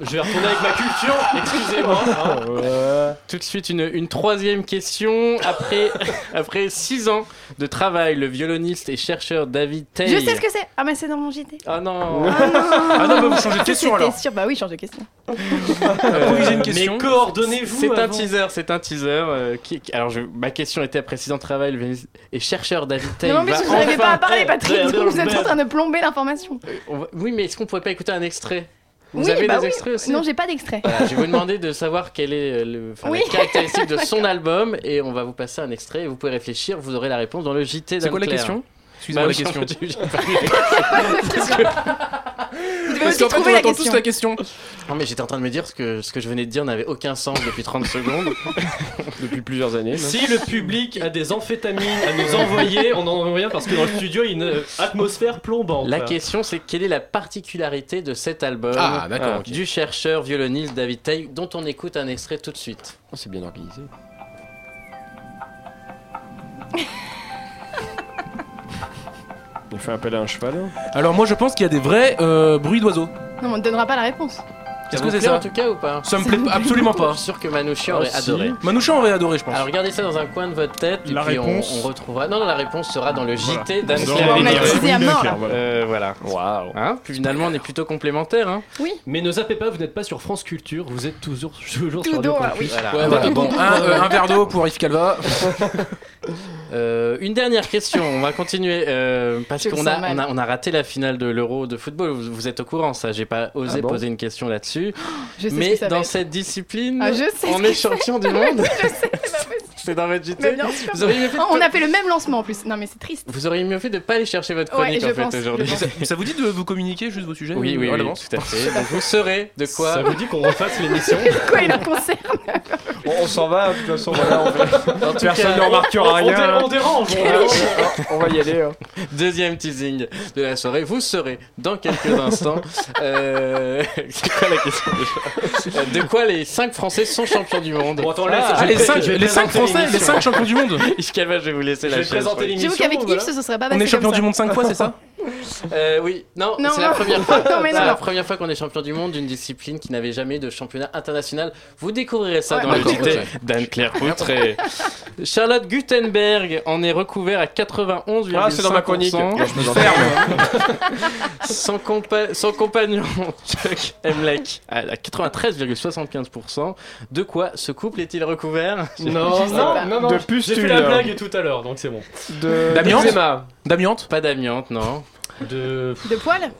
S13: Je vais retourner avec ma culture, excusez-moi. hein.
S3: Tout de suite, une, une troisième question. Après, après six ans de travail, le violoniste et chercheur David Tay.
S2: Je sais ce que c'est. Ah, mais c'est dans mon JT.
S3: Ah non
S2: Ah
S3: non, bah, vous changez de question,
S2: C'était
S3: alors.
S2: Sûr. Bah oui, change de question.
S3: Euh,
S13: une question.
S3: mais
S13: coordonnez-vous
S3: C'est un
S13: avant.
S3: teaser, c'est un teaser. euh, qui- qui- alors, je- ma question était après six ans de travail, le violoniste et chercheur David Tay.
S2: non, mais
S3: va
S2: je vous n'arrivez
S3: enfin-
S2: pas à parler, Patrick.
S3: Merde,
S2: donc vous êtes en
S3: merde.
S2: train de plomber l'information.
S3: On va- Oui, mais est-ce qu'on pourrait pas écouter un extrait Vous
S2: oui,
S3: avez
S2: bah
S3: des
S2: oui.
S3: extraits aussi
S2: Non, j'ai pas d'extrait.
S3: Voilà, je vais vous demander de savoir quelle est euh, le, enfin,
S2: Oui.
S3: la
S2: <laughs>
S3: caractéristique de son album et on va vous passer un extrait. et Vous pouvez réfléchir, vous aurez la réponse dans le JT d'Anne
S5: C'est quoi la
S3: Claire.
S5: question Excusez-moi,
S3: Bah,
S5: la question.
S3: j'ai- <laughs> j'ai pas lu la question.
S5: Parce qu'en fait, on attend tous la question.
S3: Non, mais j'étais en train de me dire ce que ce que je venais de dire n'avait aucun sens depuis 30 secondes.
S4: depuis plusieurs années.
S13: Si le public a des amphétamines à nous envoyer, on en envoie rien parce que dans le studio, il y a une euh, atmosphère plombante.
S3: La question, c'est quelle est la particularité de cet album
S13: Ah, d'accord, ok.
S3: du chercheur violoniste David Tay, dont on écoute un extrait tout de suite.
S4: c'est bien organisé. Il fait appel à un cheval.
S5: Alors moi je pense qu'il y a des vrais euh, bruits d'oiseaux.
S2: Non, on ne donnera pas la réponse.
S5: Est-ce
S3: Ça
S5: que
S3: vous
S5: c'est
S3: plaît,
S5: ça
S3: en tout cas ou pas
S5: Ça me plaît absolument pas.
S3: Je suis sûr que Manouchian
S5: Ah,
S3: aurait
S5: si.
S3: adoré.
S5: Manouchian aurait adoré, je pense.
S3: Alors regardez ça dans un coin de votre tête et
S5: La
S3: puis on-
S5: réponse.
S3: on, retrouvera. Non, non, la réponse sera dans le
S5: Voilà.
S3: JT d'Anne
S5: Dans
S3: Claire
S5: le
S3: Méniel.
S5: JT à mort, là.
S3: Euh, Voilà. Waouh. Hein Puis finalement, on est plutôt complémentaires. Hein
S2: Oui.
S13: Mais ne zappez pas, vous n'êtes pas sur France Culture, vous êtes toujours, toujours sur
S3: Tout
S13: Radio
S3: droit,
S13: Campus.
S3: oui. Voilà.
S5: Ouais, voilà, bon, un, euh, un verre d'eau pour Yves Calva.
S3: Euh, une dernière question, on va continuer euh, parce
S5: Je le
S3: qu'on
S5: sens
S3: a,
S5: mal.
S3: on a, on a raté la finale de l'Euro de football. Vous, vous êtes au courant, ça. J'ai pas osé
S5: Ah bon
S3: poser une question là-dessus.
S2: je sais ce
S3: Mais
S2: que ça va
S3: dans
S2: être.
S3: cette discipline,
S2: Ah, je sais ce
S3: <laughs> on
S2: que
S3: est champion du
S2: Oui,
S3: monde.
S2: <laughs> je sais,
S3: C'est dans votre JT.
S2: mais bien sûr.
S3: Vous auriez mieux fait de
S2: Oh, On a fait le même lancement en plus. Non, mais c'est triste.
S3: Vous auriez mieux fait de pas aller chercher votre
S2: Ouais,
S3: chronique
S2: je
S3: en fait
S2: pense, je
S3: aujourd'hui.
S5: Ça, <laughs> ça vous dit de vous communiquer juste vos sujets
S3: Oui, oui,
S5: à
S3: oui,
S5: l'avance
S3: tout à fait. Donc vous saurez de quoi.
S13: Ça vous dit qu'on refasse l'émission
S2: Quoi, il en concerne
S4: Bon, on s'en va, de toute façon,
S3: <laughs>
S4: voilà, on fait-
S3: En tout
S4: personne
S3: cas,
S4: ne remarquera
S3: on- on
S4: rien.
S3: dé- on dérange, on dérange.
S4: on va y aller. hein.
S3: Deuxième teasing de la soirée. Vous saurez dans <laughs> quelques instants. euh, <laughs> C'est quoi la question déjà Euh, De quoi les 5 Français sont champions du monde
S13: Bon, attends, laisse- je vais
S5: Ah, les
S13: pré-
S5: cinq-
S13: je vais
S5: les cinq
S13: présenter
S5: Français, les
S13: l'émission.
S5: cinq champions du monde.
S3: Yves Calva, je vais vous laisser
S13: Je
S3: la
S13: vais
S3: chance.
S13: présenter
S3: oui.
S2: J'avoue qu'avec Yves, ce se serait pas passé.
S5: On est champion
S2: comme ça.
S5: du monde 5 fois, c'est ça
S3: Euh, oui, non,
S2: Non,
S3: c'est la
S2: non.
S3: <laughs> première fois.
S2: Non, mais
S3: C'est
S2: non,
S3: la
S2: non.
S3: première fois qu'on est champion du monde d'une discipline qui n'avait jamais eu de championnat international. Vous découvrirez ça
S5: Ouais.
S3: dans le
S5: D'accord,
S3: JT
S5: ok.
S3: d'Anne-Claire Poutré. <laughs> Charlotte Gutenberg en est recouvert à 91,5%.
S4: Ah, c'est dans ma chronique.
S3: <laughs>
S4: Non, je plaisante.
S3: son, compa- son compagnon <laughs> Chuck Emlek à 93,75%. De quoi ce couple est-il recouvert
S13: Non,
S3: Je sais
S13: non,
S3: pas.
S13: non, non, j'ai fait la blague tout à l'heure, donc c'est bon.
S5: Euh,
S4: De...
S3: D'amiante
S4: d'eczéma.
S5: D'amiante
S3: Pas d'amiante, non.
S13: De...
S2: De poils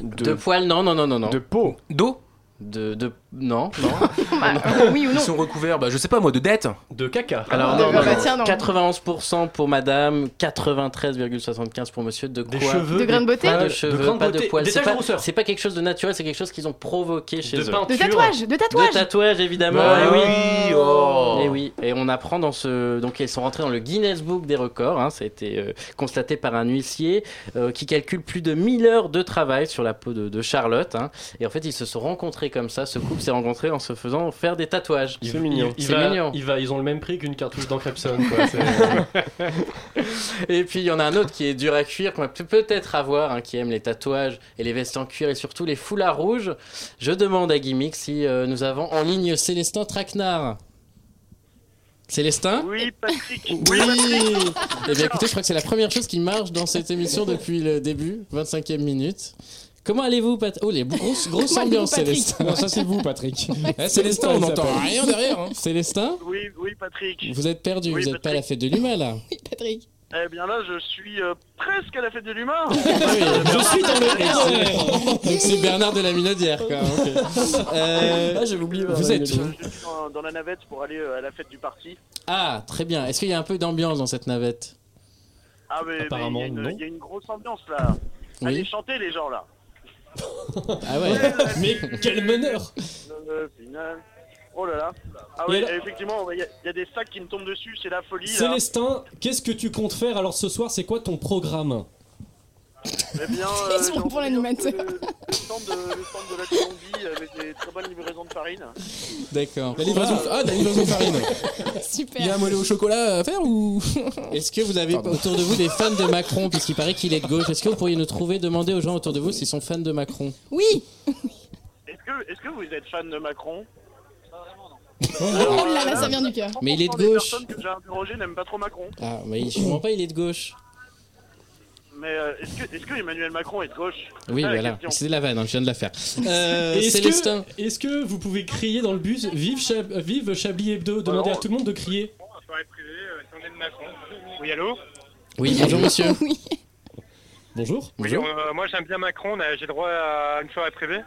S3: De... poils, non, non, non, non, non. De
S4: peau.
S5: D'eau
S3: de, de... Non, non.
S2: bah, euh, oui ou non
S5: Ils sont recouverts, bah, je sais pas moi, de dettes.
S13: De caca.
S3: Alors,
S13: Ah,
S3: non,
S13: bah,
S3: non,
S13: bah,
S3: non.
S13: tiens, non.
S3: 91% pour madame, 93,75% pour monsieur. De quoi
S13: cheveux. De grains de beauté
S3: Pas de
S13: De
S3: cheveux,
S13: grains de
S3: pas de
S13: beauté,
S3: poils.
S13: des
S3: C'est
S13: taches
S3: pas,
S13: rousseurs.
S3: c'est pas quelque chose de naturel, c'est quelque chose qu'ils ont provoqué chez
S13: De
S3: eux.
S13: peinture.
S2: De tatouage, de tatouage.
S3: De tatouage, évidemment.
S13: Bah
S3: Eh
S13: oui, oh.
S3: Eh oui. Et on apprend dans ce. Donc, ils sont rentrés dans le Guinness Book des records. hein. Ça a été euh, constaté par un huissier euh, qui calcule plus de 1000 heures de travail sur la peau de, de Charlotte. hein. Et en fait, ils se sont rencontrés comme ça. Ce couple s'est rencontré en se faisant faire des tatouages.
S13: C'est mignon.
S3: Il-
S13: Il
S3: C'est
S13: va-
S3: mignon.
S13: il va- ils ont le même prix qu'une cartouche d'Encrepson. quoi, c'est-
S3: et puis il y en a un autre qui est dur à cuire, qu'on va peut- peut-être avoir, hein, qui aime les tatouages et les vestes en cuir et surtout les foulards rouges. Je demande à Gimmick si euh, nous avons en ligne Célestin Traquenard. Célestin
S18: Oui, Patrick.
S3: Eh bien écoutez, je crois que c'est la première chose qui marche dans cette émission depuis le début, 25e minute. Comment allez-vous, Patrick Oh, les grosses, grosses
S19: Moi,
S3: ambiances,
S19: vous, Patrick.
S3: Célestin.
S19: Non, ça, c'est vous, Patrick.
S3: Eh, Célestin, on
S19: Il
S3: n'entend
S19: s'appelle.
S3: rien derrière. hein. Célestin
S18: Oui, oui, Patrick.
S3: Vous êtes perdu, vous n'êtes pas à la fête de l'humain, là.
S18: Patrick. Eh bien là, je suis euh, presque à la fête de
S3: <laughs>
S18: l'humain.
S3: Je suis dans le Donc c'est Bernard de la Minaudière, quoi. <laughs> ok. Euh,
S4: Ah, j'avais oublié Bernard de
S3: Vous
S4: la
S3: êtes.
S4: Minaudière.
S18: Je suis dans, dans la navette pour aller euh, à la fête du parti.
S3: Ah, très bien. Est-ce qu'il y a un peu d'ambiance dans cette navette
S18: Ah, mais mais il
S3: Apparemment,
S18: y, a une-
S3: non.
S18: il y a une grosse ambiance là.
S3: Oui.
S18: Allez chanter les gens là.
S3: Ah ouais. Mais quel meneur
S18: Le final. Oh là là. Ah
S19: Et
S18: oui,
S19: alors-
S18: effectivement, il y, a- il y a des sacs qui me tombent dessus, c'est la folie. là.
S19: Célestin, qu'est-ce que tu comptes faire alors ce soir C'est quoi ton programme
S18: Eh
S2: <laughs>
S18: bien, euh, j'ai envie de dire que Le, le stand de, le stand de la Colombie avec des très bonnes livraisons de farine.
S3: D'accord.
S19: La livraison- ah, la livraison de farine.
S18: Super.
S19: Il y a un mollet au chocolat à faire ou <laughs>
S3: Est-ce que vous avez autour de vous des fans de Macron Puisqu'il paraît qu'il est de gauche. Est-ce que vous pourriez nous trouver, demander aux gens autour de vous s'ils sont fans de Macron
S18: Oui. Est-ce que, est-ce que vous êtes fan de Macron Euh,
S2: Oh là là, ça vient du cœur.
S3: Mais il est de
S18: 100% des
S3: gauche.
S18: personnes que j'ai interrogées n'aiment pas trop Macron.
S3: Ah, mais je comprends pas, il est de gauche.
S18: Mais euh, est-ce que, est-ce que Emmanuel Macron est de gauche
S3: Oui,
S18: Ah, la
S3: voilà.
S18: question.
S3: C'est de la vanne, hein, je viens de la faire. Euh,
S19: Et Est-ce
S3: Célestin.
S19: que, est-ce que vous pouvez crier dans le bus Vive, Chab- vive Chablis Hebdo Demandez à tout le monde de crier.
S20: euh, Oui, allô
S3: Oui, bonjour monsieur. Bonjour.
S20: Oui,
S19: Bonjour.
S20: euh, moi j'aime bien Macron, mais j'ai droit à une soirée privée.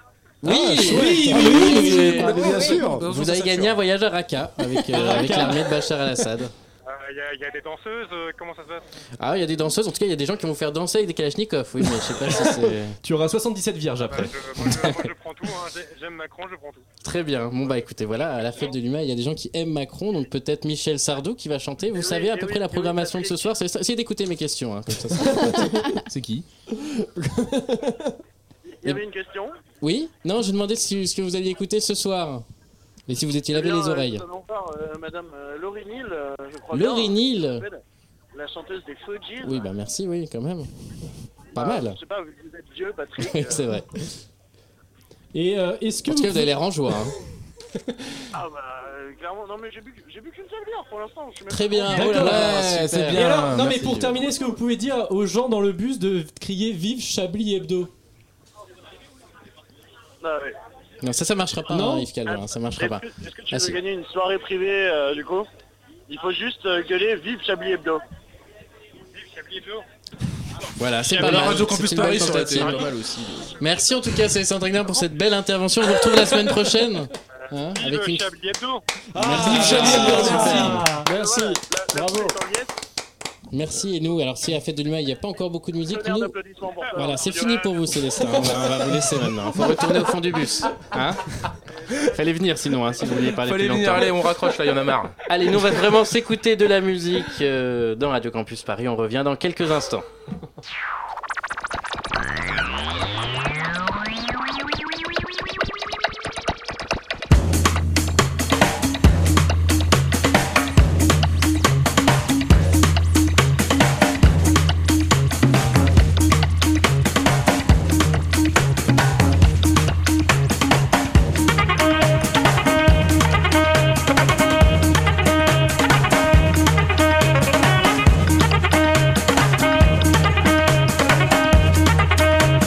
S3: Oui,
S20: Ah,
S3: oui, oui,
S20: oui,
S3: oui,
S20: bien
S3: oui.
S20: sûr.
S3: Vous avez gagné un voyage à Raqqa avec, euh, avec l'armée de Bachar al-Assad.
S20: Euh, Il y, a des danseuses, euh, comment ça se passe
S3: Ah, il y a des danseuses, en tout cas, il y a des gens qui vont vous faire danser avec des kalachnikovs. Oui, mais je sais pas si <laughs> c'est.
S19: Tu auras 77 vierges
S20: Ah,
S19: après.
S20: hein. J'aime Macron, je prends tout.
S3: Très bien. Bon, bah écoutez, voilà, à la fête de l'humain, il y a des gens qui aiment Macron, donc peut-être Michel Sardou qui va chanter.
S18: Eh
S3: Vous savez à peu près la programmation de ce soir. C'est- Essayez d'écouter mes questions. hein, comme ça, ça-
S19: C'est qui
S18: Il y avait une question.
S3: Oui Non, je demandais si, ce que vous alliez écouter ce soir. Et si vous étiez lavé
S18: Bien,
S3: les
S18: euh,
S3: oreilles.
S18: nous allons voir, euh, Madame euh, Laurie Neal, euh, je crois.
S3: Laurie
S18: bien,
S3: Neal.
S18: euh, s'appelle, La chanteuse des Fugees.
S3: Oui, bah merci, oui, quand même. Pas
S18: Ah,
S3: mal. <laughs>
S18: Je sais pas, vous vous êtes vieux, Patrick.
S3: Oui, c'est vrai.
S19: Et euh, est-ce que
S18: <laughs>
S3: En tout cas, vous avez l'air en joie. hein.
S18: Ah bah, euh, clairement, non mais j'ai bu, j'ai bu qu'une seule bière pour l'instant. je suis même
S3: Très
S18: pas
S3: bien,
S18: content.
S3: oh là là, super.
S19: Et
S3: bien,
S19: alors, non
S3: merci
S19: mais pour
S3: Dieu.
S19: terminer, est-ce que vous pouvez dire aux gens dans le bus de crier Vive Chablis Hebdo
S18: Ah, ouais.
S3: Non, ça, ça marchera pas,
S18: Non.
S3: hein, Yves Calvin, ça marchera pas.
S18: Est-ce que tu
S3: Ah,
S18: veux
S3: si.
S18: gagner une soirée privée euh, du coup Il faut juste euh, gueuler Vive Chablis Hebdo.
S3: Voilà, c'est
S18: Ah,
S3: pas
S18: mais la
S3: mal.
S18: Radio Campus
S3: C'est une bonne
S18: Paris, ça aurait
S3: tentative.
S18: été pas mal
S20: aussi.
S3: Merci en tout cas, Célestin Tragnard, pour cette belle intervention. On vous retrouve la semaine prochaine. Hein, avec une...
S20: Chablis Hebdo
S3: Merci, Yves Chablis Hebdo, merci. Merci.
S18: Bravo.
S3: Merci et nous. Alors, si à la fête de l'humain, il n'y a pas encore beaucoup de musique, nous.
S18: pour ça.
S3: Voilà, c'est fini pour vous, Célestin. On va, on va vous laisser maintenant. Faut retourner au fond du bus. Hein Fallait venir sinon, hein, si vous vouliez parler
S5: Fallait
S3: plus
S5: venir,
S3: longtemps.
S5: allez, on raccroche, là, y en a marre.
S3: Allez, nous on va vraiment s'écouter de la musique euh, dans Radio Campus Paris. On revient dans quelques instants.
S18: Thank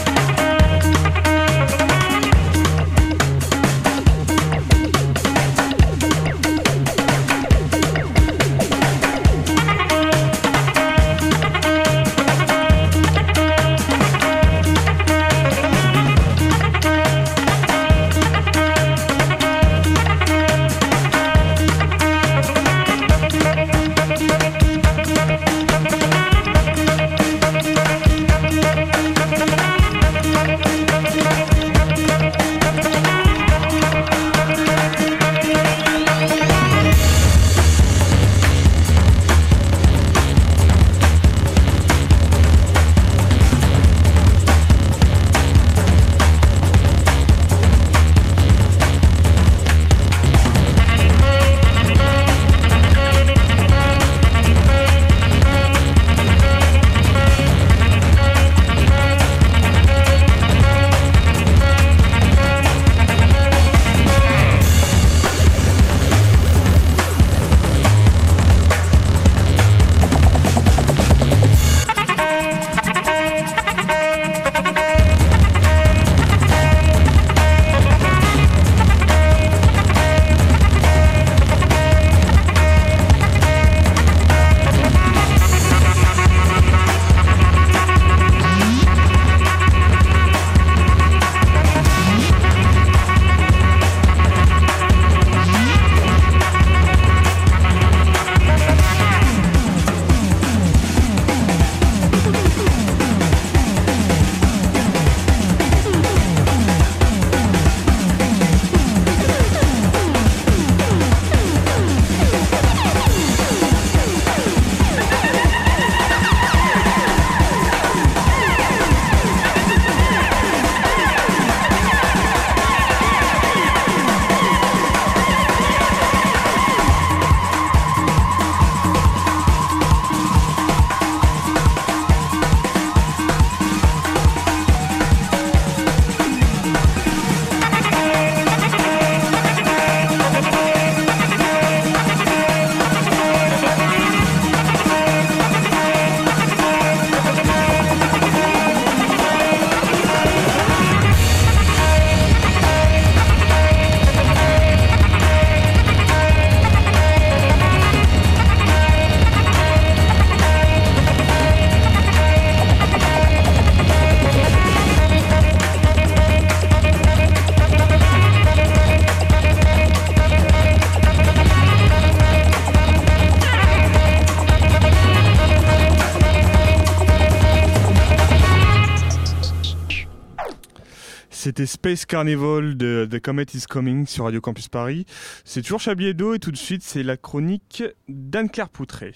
S15: c'était Space Carnival de The Comet is Coming sur Radio Campus Paris. C'est toujours Chablis Hebdo et tout de suite, c'est la chronique d'Anne-Claire Poutré.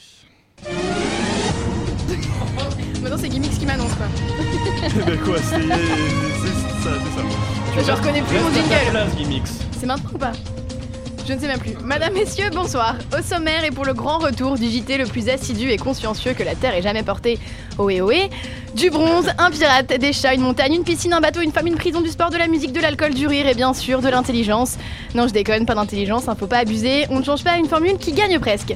S2: Maintenant, c'est Gimmicks qui m'annonce quoi.
S15: Eh ben quoi, c'est c'est- c'est ça, c'est ça.
S2: Je reconnais plus mon jingle.
S13: Place, Gimmicks.
S2: C'est maintenant ou pas Je ne sais même plus. Madame, messieurs, bonsoir. Au sommaire et pour le grand retour du JT le plus assidu et consciencieux que la Terre ait jamais porté. Ohé ohé. Du bronze, un pirate, des chats, une montagne, une piscine, un bateau, une femme, une prison, du sport, de la musique, de l'alcool, du rire et bien sûr de l'intelligence. Non, je déconne, pas d'intelligence, hein, faut pas abuser. On ne change pas une formule qui gagne presque.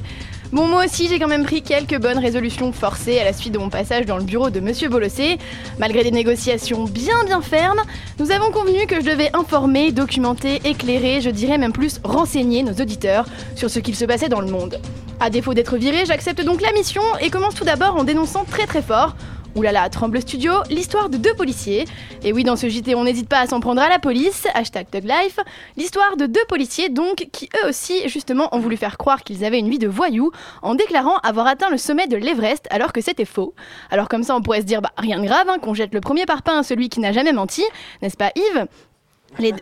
S2: Bon, moi aussi, j'ai quand même pris quelques bonnes résolutions forcées à la suite de mon passage dans le bureau de Monsieur Bolossé. Malgré des négociations bien bien fermes, nous avons convenu que je devais informer, documenter, éclairer, je dirais même plus renseigner nos auditeurs sur ce qu'il se passait dans le monde. À défaut d'être viré, j'accepte donc la mission et commence tout d'abord en dénonçant très très fort Oulala, Tremble Studio, l'histoire de deux policiers. Et oui, dans ce JT, on n'hésite pas à s'en prendre à la police, hashtag DogLife. L'histoire de deux policiers, donc, qui eux aussi, justement, ont voulu faire croire qu'ils avaient une vie de voyous en déclarant avoir atteint le sommet de l'Everest alors que c'était faux. Alors, comme ça, on pourrait se dire, bah, rien de grave, hein, qu'on jette le premier parpaing à celui qui n'a jamais menti, n'est-ce pas, Yves Les deux-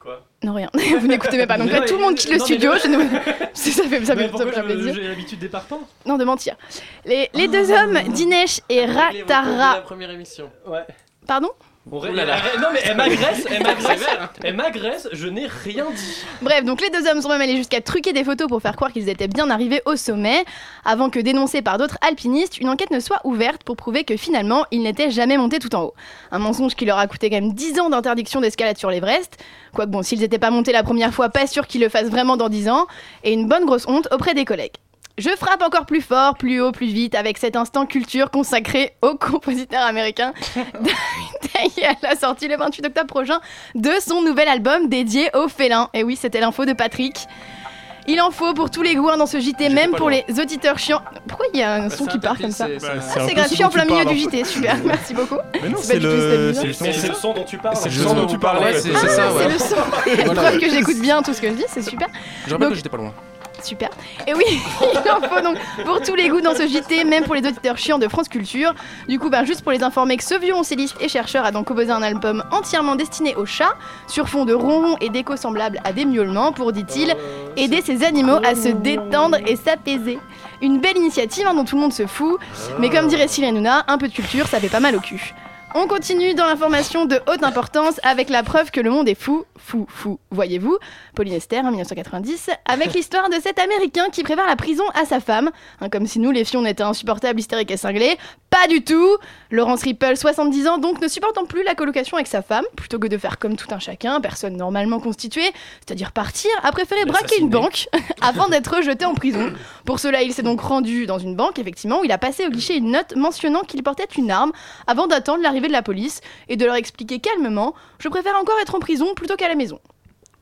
S13: Quoi
S2: Non, rien. <laughs> Vous n'écoutez même pas. Donc là,
S13: Non,
S2: tout le
S13: mais-
S2: monde quitte le
S13: non, mais
S2: studio.
S13: le-
S2: Je ne- <laughs> ça fait, ça fait,
S13: Mais
S2: ça me
S13: pourquoi
S2: fait
S13: je- Ah.
S2: plaisir.
S13: j'ai l'habitude des parpaings
S2: Non, de mentir. Les, les deux hommes, Dinesh et Ratara.
S6: la première émission.
S13: Ouais.
S2: Pardon
S13: On
S6: Ouh Oh là là.
S13: Non mais elle m'agresse, elle m'agresse,
S6: Sévère, hein.
S13: elle m'agresse, je n'ai rien dit.
S2: Bref, donc les deux hommes sont même allés jusqu'à truquer des photos pour faire croire qu'ils étaient bien arrivés au sommet, avant que dénoncés par d'autres alpinistes, une enquête ne soit ouverte pour prouver que finalement, ils n'étaient jamais montés tout en haut. Un mensonge qui leur a coûté quand même 10 ans d'interdiction d'escalade sur l'Everest, quoique bon, s'ils n'étaient pas montés la première fois, pas sûr qu'ils le fassent vraiment dans 10 ans, et une bonne grosse honte auprès des collègues. Je frappe encore plus fort, plus haut, plus vite avec cet instant culture consacré au compositeur américain <laughs> Taïel a sorti le 28 octobre prochain de son nouvel album dédié aux félins. Et oui, c'était l'info de Patrick. Il en faut pour tous les goûts hein, dans ce JT, même
S12: pas
S2: pour
S12: loin.
S2: les auditeurs chiants. Pourquoi il y a un
S12: Bah,
S2: son
S12: c'est
S2: qui
S12: un
S2: part
S12: tapis,
S2: comme ça
S12: c'est-
S2: Ah,
S12: c'est un-
S2: C'est
S12: c'est
S2: gratuit
S12: le
S2: en plein
S12: son qui
S2: milieu du
S12: parle,
S2: JT, super, merci beaucoup.
S15: Mais non,
S2: pas
S15: c'est
S2: du tout
S15: le,
S2: ce
S15: c'est
S2: thème
S15: le son,
S13: Mais c'est le son dont tu parles.
S15: C'est le
S13: Ah,
S15: son dont tu parles.
S13: ouais,
S15: c'est
S13: c'est
S2: Ah,
S13: ça,
S2: c'est
S12: <laughs>
S2: le son. Preuve que j'écoute bien tout ce que je dis, c'est super.
S5: Je rappelle que j'étais pas loin.
S2: Super. Et oui, <laughs> il en faut donc pour tous les goûts dans ce JT, même pour les auditeurs chiants de France Culture. Du coup, ben, juste pour les informer que ce violoncelliste et chercheur a donc composé un album entièrement destiné aux chats, sur fond de ronron et d'échos semblables à des miaulements, pour, dit-il, aider ces animaux à se détendre et s'apaiser. Une belle initiative hein, dont tout le monde se fout, mais comme dirait Cyril Hanouna, un peu de culture, ça fait pas mal au cul. On continue dans l'information de haute importance avec la preuve que le monde est fou, fou, fou, voyez-vous, Pauline Esther en 1990, avec l'histoire de cet Américain qui prépare la prison à sa femme, Hein, comme si nous les filles on était insupportables, hystériques et cinglés, pas du tout Laurence Ripple, 70 ans, donc ne supportant plus la colocation avec sa femme, plutôt que de faire comme tout un chacun, personne normalement constituée, c'est-à-dire partir, a préféré braquer une banque <laughs> avant d'être jeté en prison. Pour cela, il s'est donc rendu dans une banque, effectivement, où il a passé au guichet une note mentionnant qu'il portait une arme avant d'attendre l'arrivée de la police et de leur expliquer calmement Je préfère encore être en prison plutôt qu'à la maison.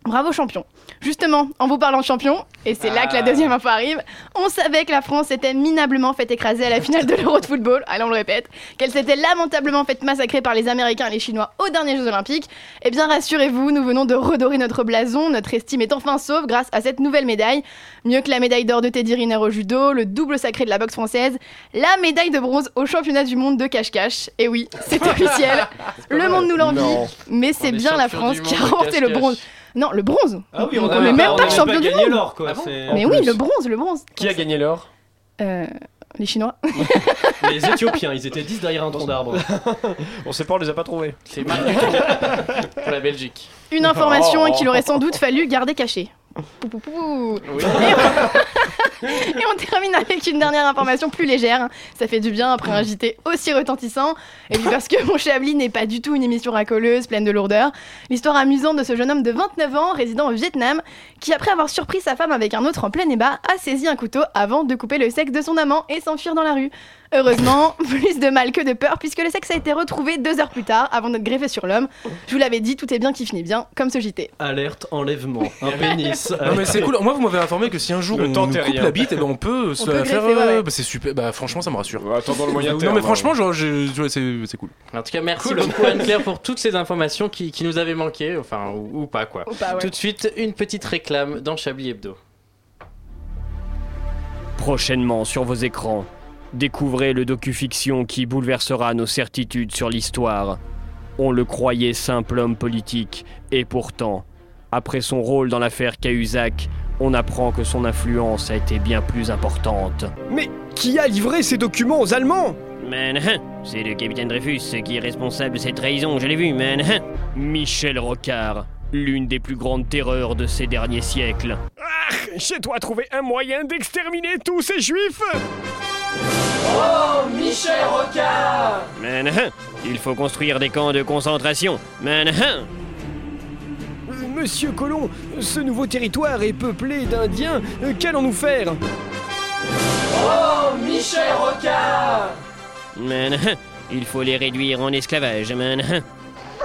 S2: Bravo champion. Justement, en vous parlant de champion, et c'est là que la
S12: Ah.
S2: deuxième info arrive, on savait que la France s'était minablement fait écraser à la finale de l'Euro de football, allez on le répète, qu'elle s'était lamentablement fait massacrer par les Américains et les Chinois aux derniers Jeux Olympiques. Eh bien rassurez-vous, nous venons de redorer notre blason, notre estime est enfin sauve grâce à cette nouvelle médaille. Mieux que la médaille d'or de Teddy Riner au judo, le double sacré de la boxe française, la médaille de bronze au championnat du monde de cache-cache. Et oui,
S6: <laughs>
S2: c'est officiel, le monde nous l'envie,
S4: Non.
S2: mais c'est bien la
S6: champions du
S2: France qui a
S6: monde de
S2: remporté le
S6: cache-cache.
S2: bronze. Non, le bronze.
S13: Ah oui, on
S2: n'est
S13: a-
S2: même
S13: on
S2: pas
S13: a
S2: champion du
S13: gagné
S2: monde. Ah
S13: l'or, quoi, c'est-
S2: Mais
S13: en
S2: oui,
S13: plus.
S2: le bronze, le bronze.
S13: Qui a gagné l'or
S2: Euh, les Chinois.
S13: Les Éthiopiens, ils étaient 10 derrière un tronc
S15: <laughs>
S13: d'arbre.
S4: On sait pas, on les a pas trouvés.
S6: C'est Marc Dutroux pour la Belgique.
S2: Une information
S6: Oh.
S2: qu'il aurait sans doute fallu garder cachée. Pou, pou, pou. Et, on... <laughs> Et on termine avec une dernière information plus légère. Ça fait du bien après un JT aussi retentissant. Et puis parce que mon Chablis n'est pas du tout une émission racoleuse, pleine de lourdeur. L'histoire amusante de ce jeune homme de 29 ans, résident au Vietnam, qui après avoir surpris sa femme avec un autre en plein ébat, a saisi un couteau avant de couper le sexe de son amant et s'enfuir dans la rue. Heureusement, <laughs> plus de mal que de peur, puisque le sexe a été retrouvé deux heures plus tard, avant d'être greffé sur l'homme. Je vous l'avais dit, tout est bien qui finit bien, comme ce JT.
S13: Alerte, enlèvement, <laughs> un pénis.
S5: Non mais c'est cool. Moi vous m'avez informé que si un jour
S13: Le
S5: on
S13: temps
S5: nous coupe
S13: terrien.
S5: la bite, eh ben on peut se
S13: peut
S5: la
S13: greffer,
S5: faire.
S13: ouais,
S5: euh,
S13: ouais.
S5: bah, c'est super. Bah franchement ça me rassure.
S4: attendons le moyen
S5: non,
S4: terme,
S5: mais
S4: hein.
S5: franchement genre je, je- ouais, c'est c'est cool.
S3: En tout cas, merci
S5: Cool.
S6: <laughs>
S3: beaucoup Anne-Claire pour toutes ces informations qui, qui nous avaient manqué, enfin, ou, ou pas quoi.
S2: Ou pas, Oh, bah ouais.
S3: Tout de suite, une petite réclame dans Chablis Hebdo.
S21: Prochainement sur vos écrans, découvrez le docu-fiction qui bouleversera nos certitudes sur l'histoire. On le croyait simple homme politique, et pourtant, après son rôle dans l'affaire Cahuzac, on apprend que son influence a été bien plus importante.
S4: Mais qui a livré ces documents aux Allemands
S21: Man, hein, c'est le capitaine Dreyfus qui est responsable de cette trahison, je l'ai vu, man. hein. Michel Rocard, l'une des plus grandes terreurs de ces derniers siècles.
S22: Chez toi, trouver un moyen d'exterminer tous ces juifs
S17: Oh, Michel Rocard
S21: Man, hein, il faut construire des camps
S13: <laughs>
S21: de concentration. Man, hein.
S4: Monsieur Colomb, ce nouveau territoire est peuplé d'Indiens. Euh, Qu'allons-nous faire
S17: Oh, Michel Rocard
S21: Man, <laughs> hein, il faut les réduire en esclavage, man. hein.
S4: <laughs>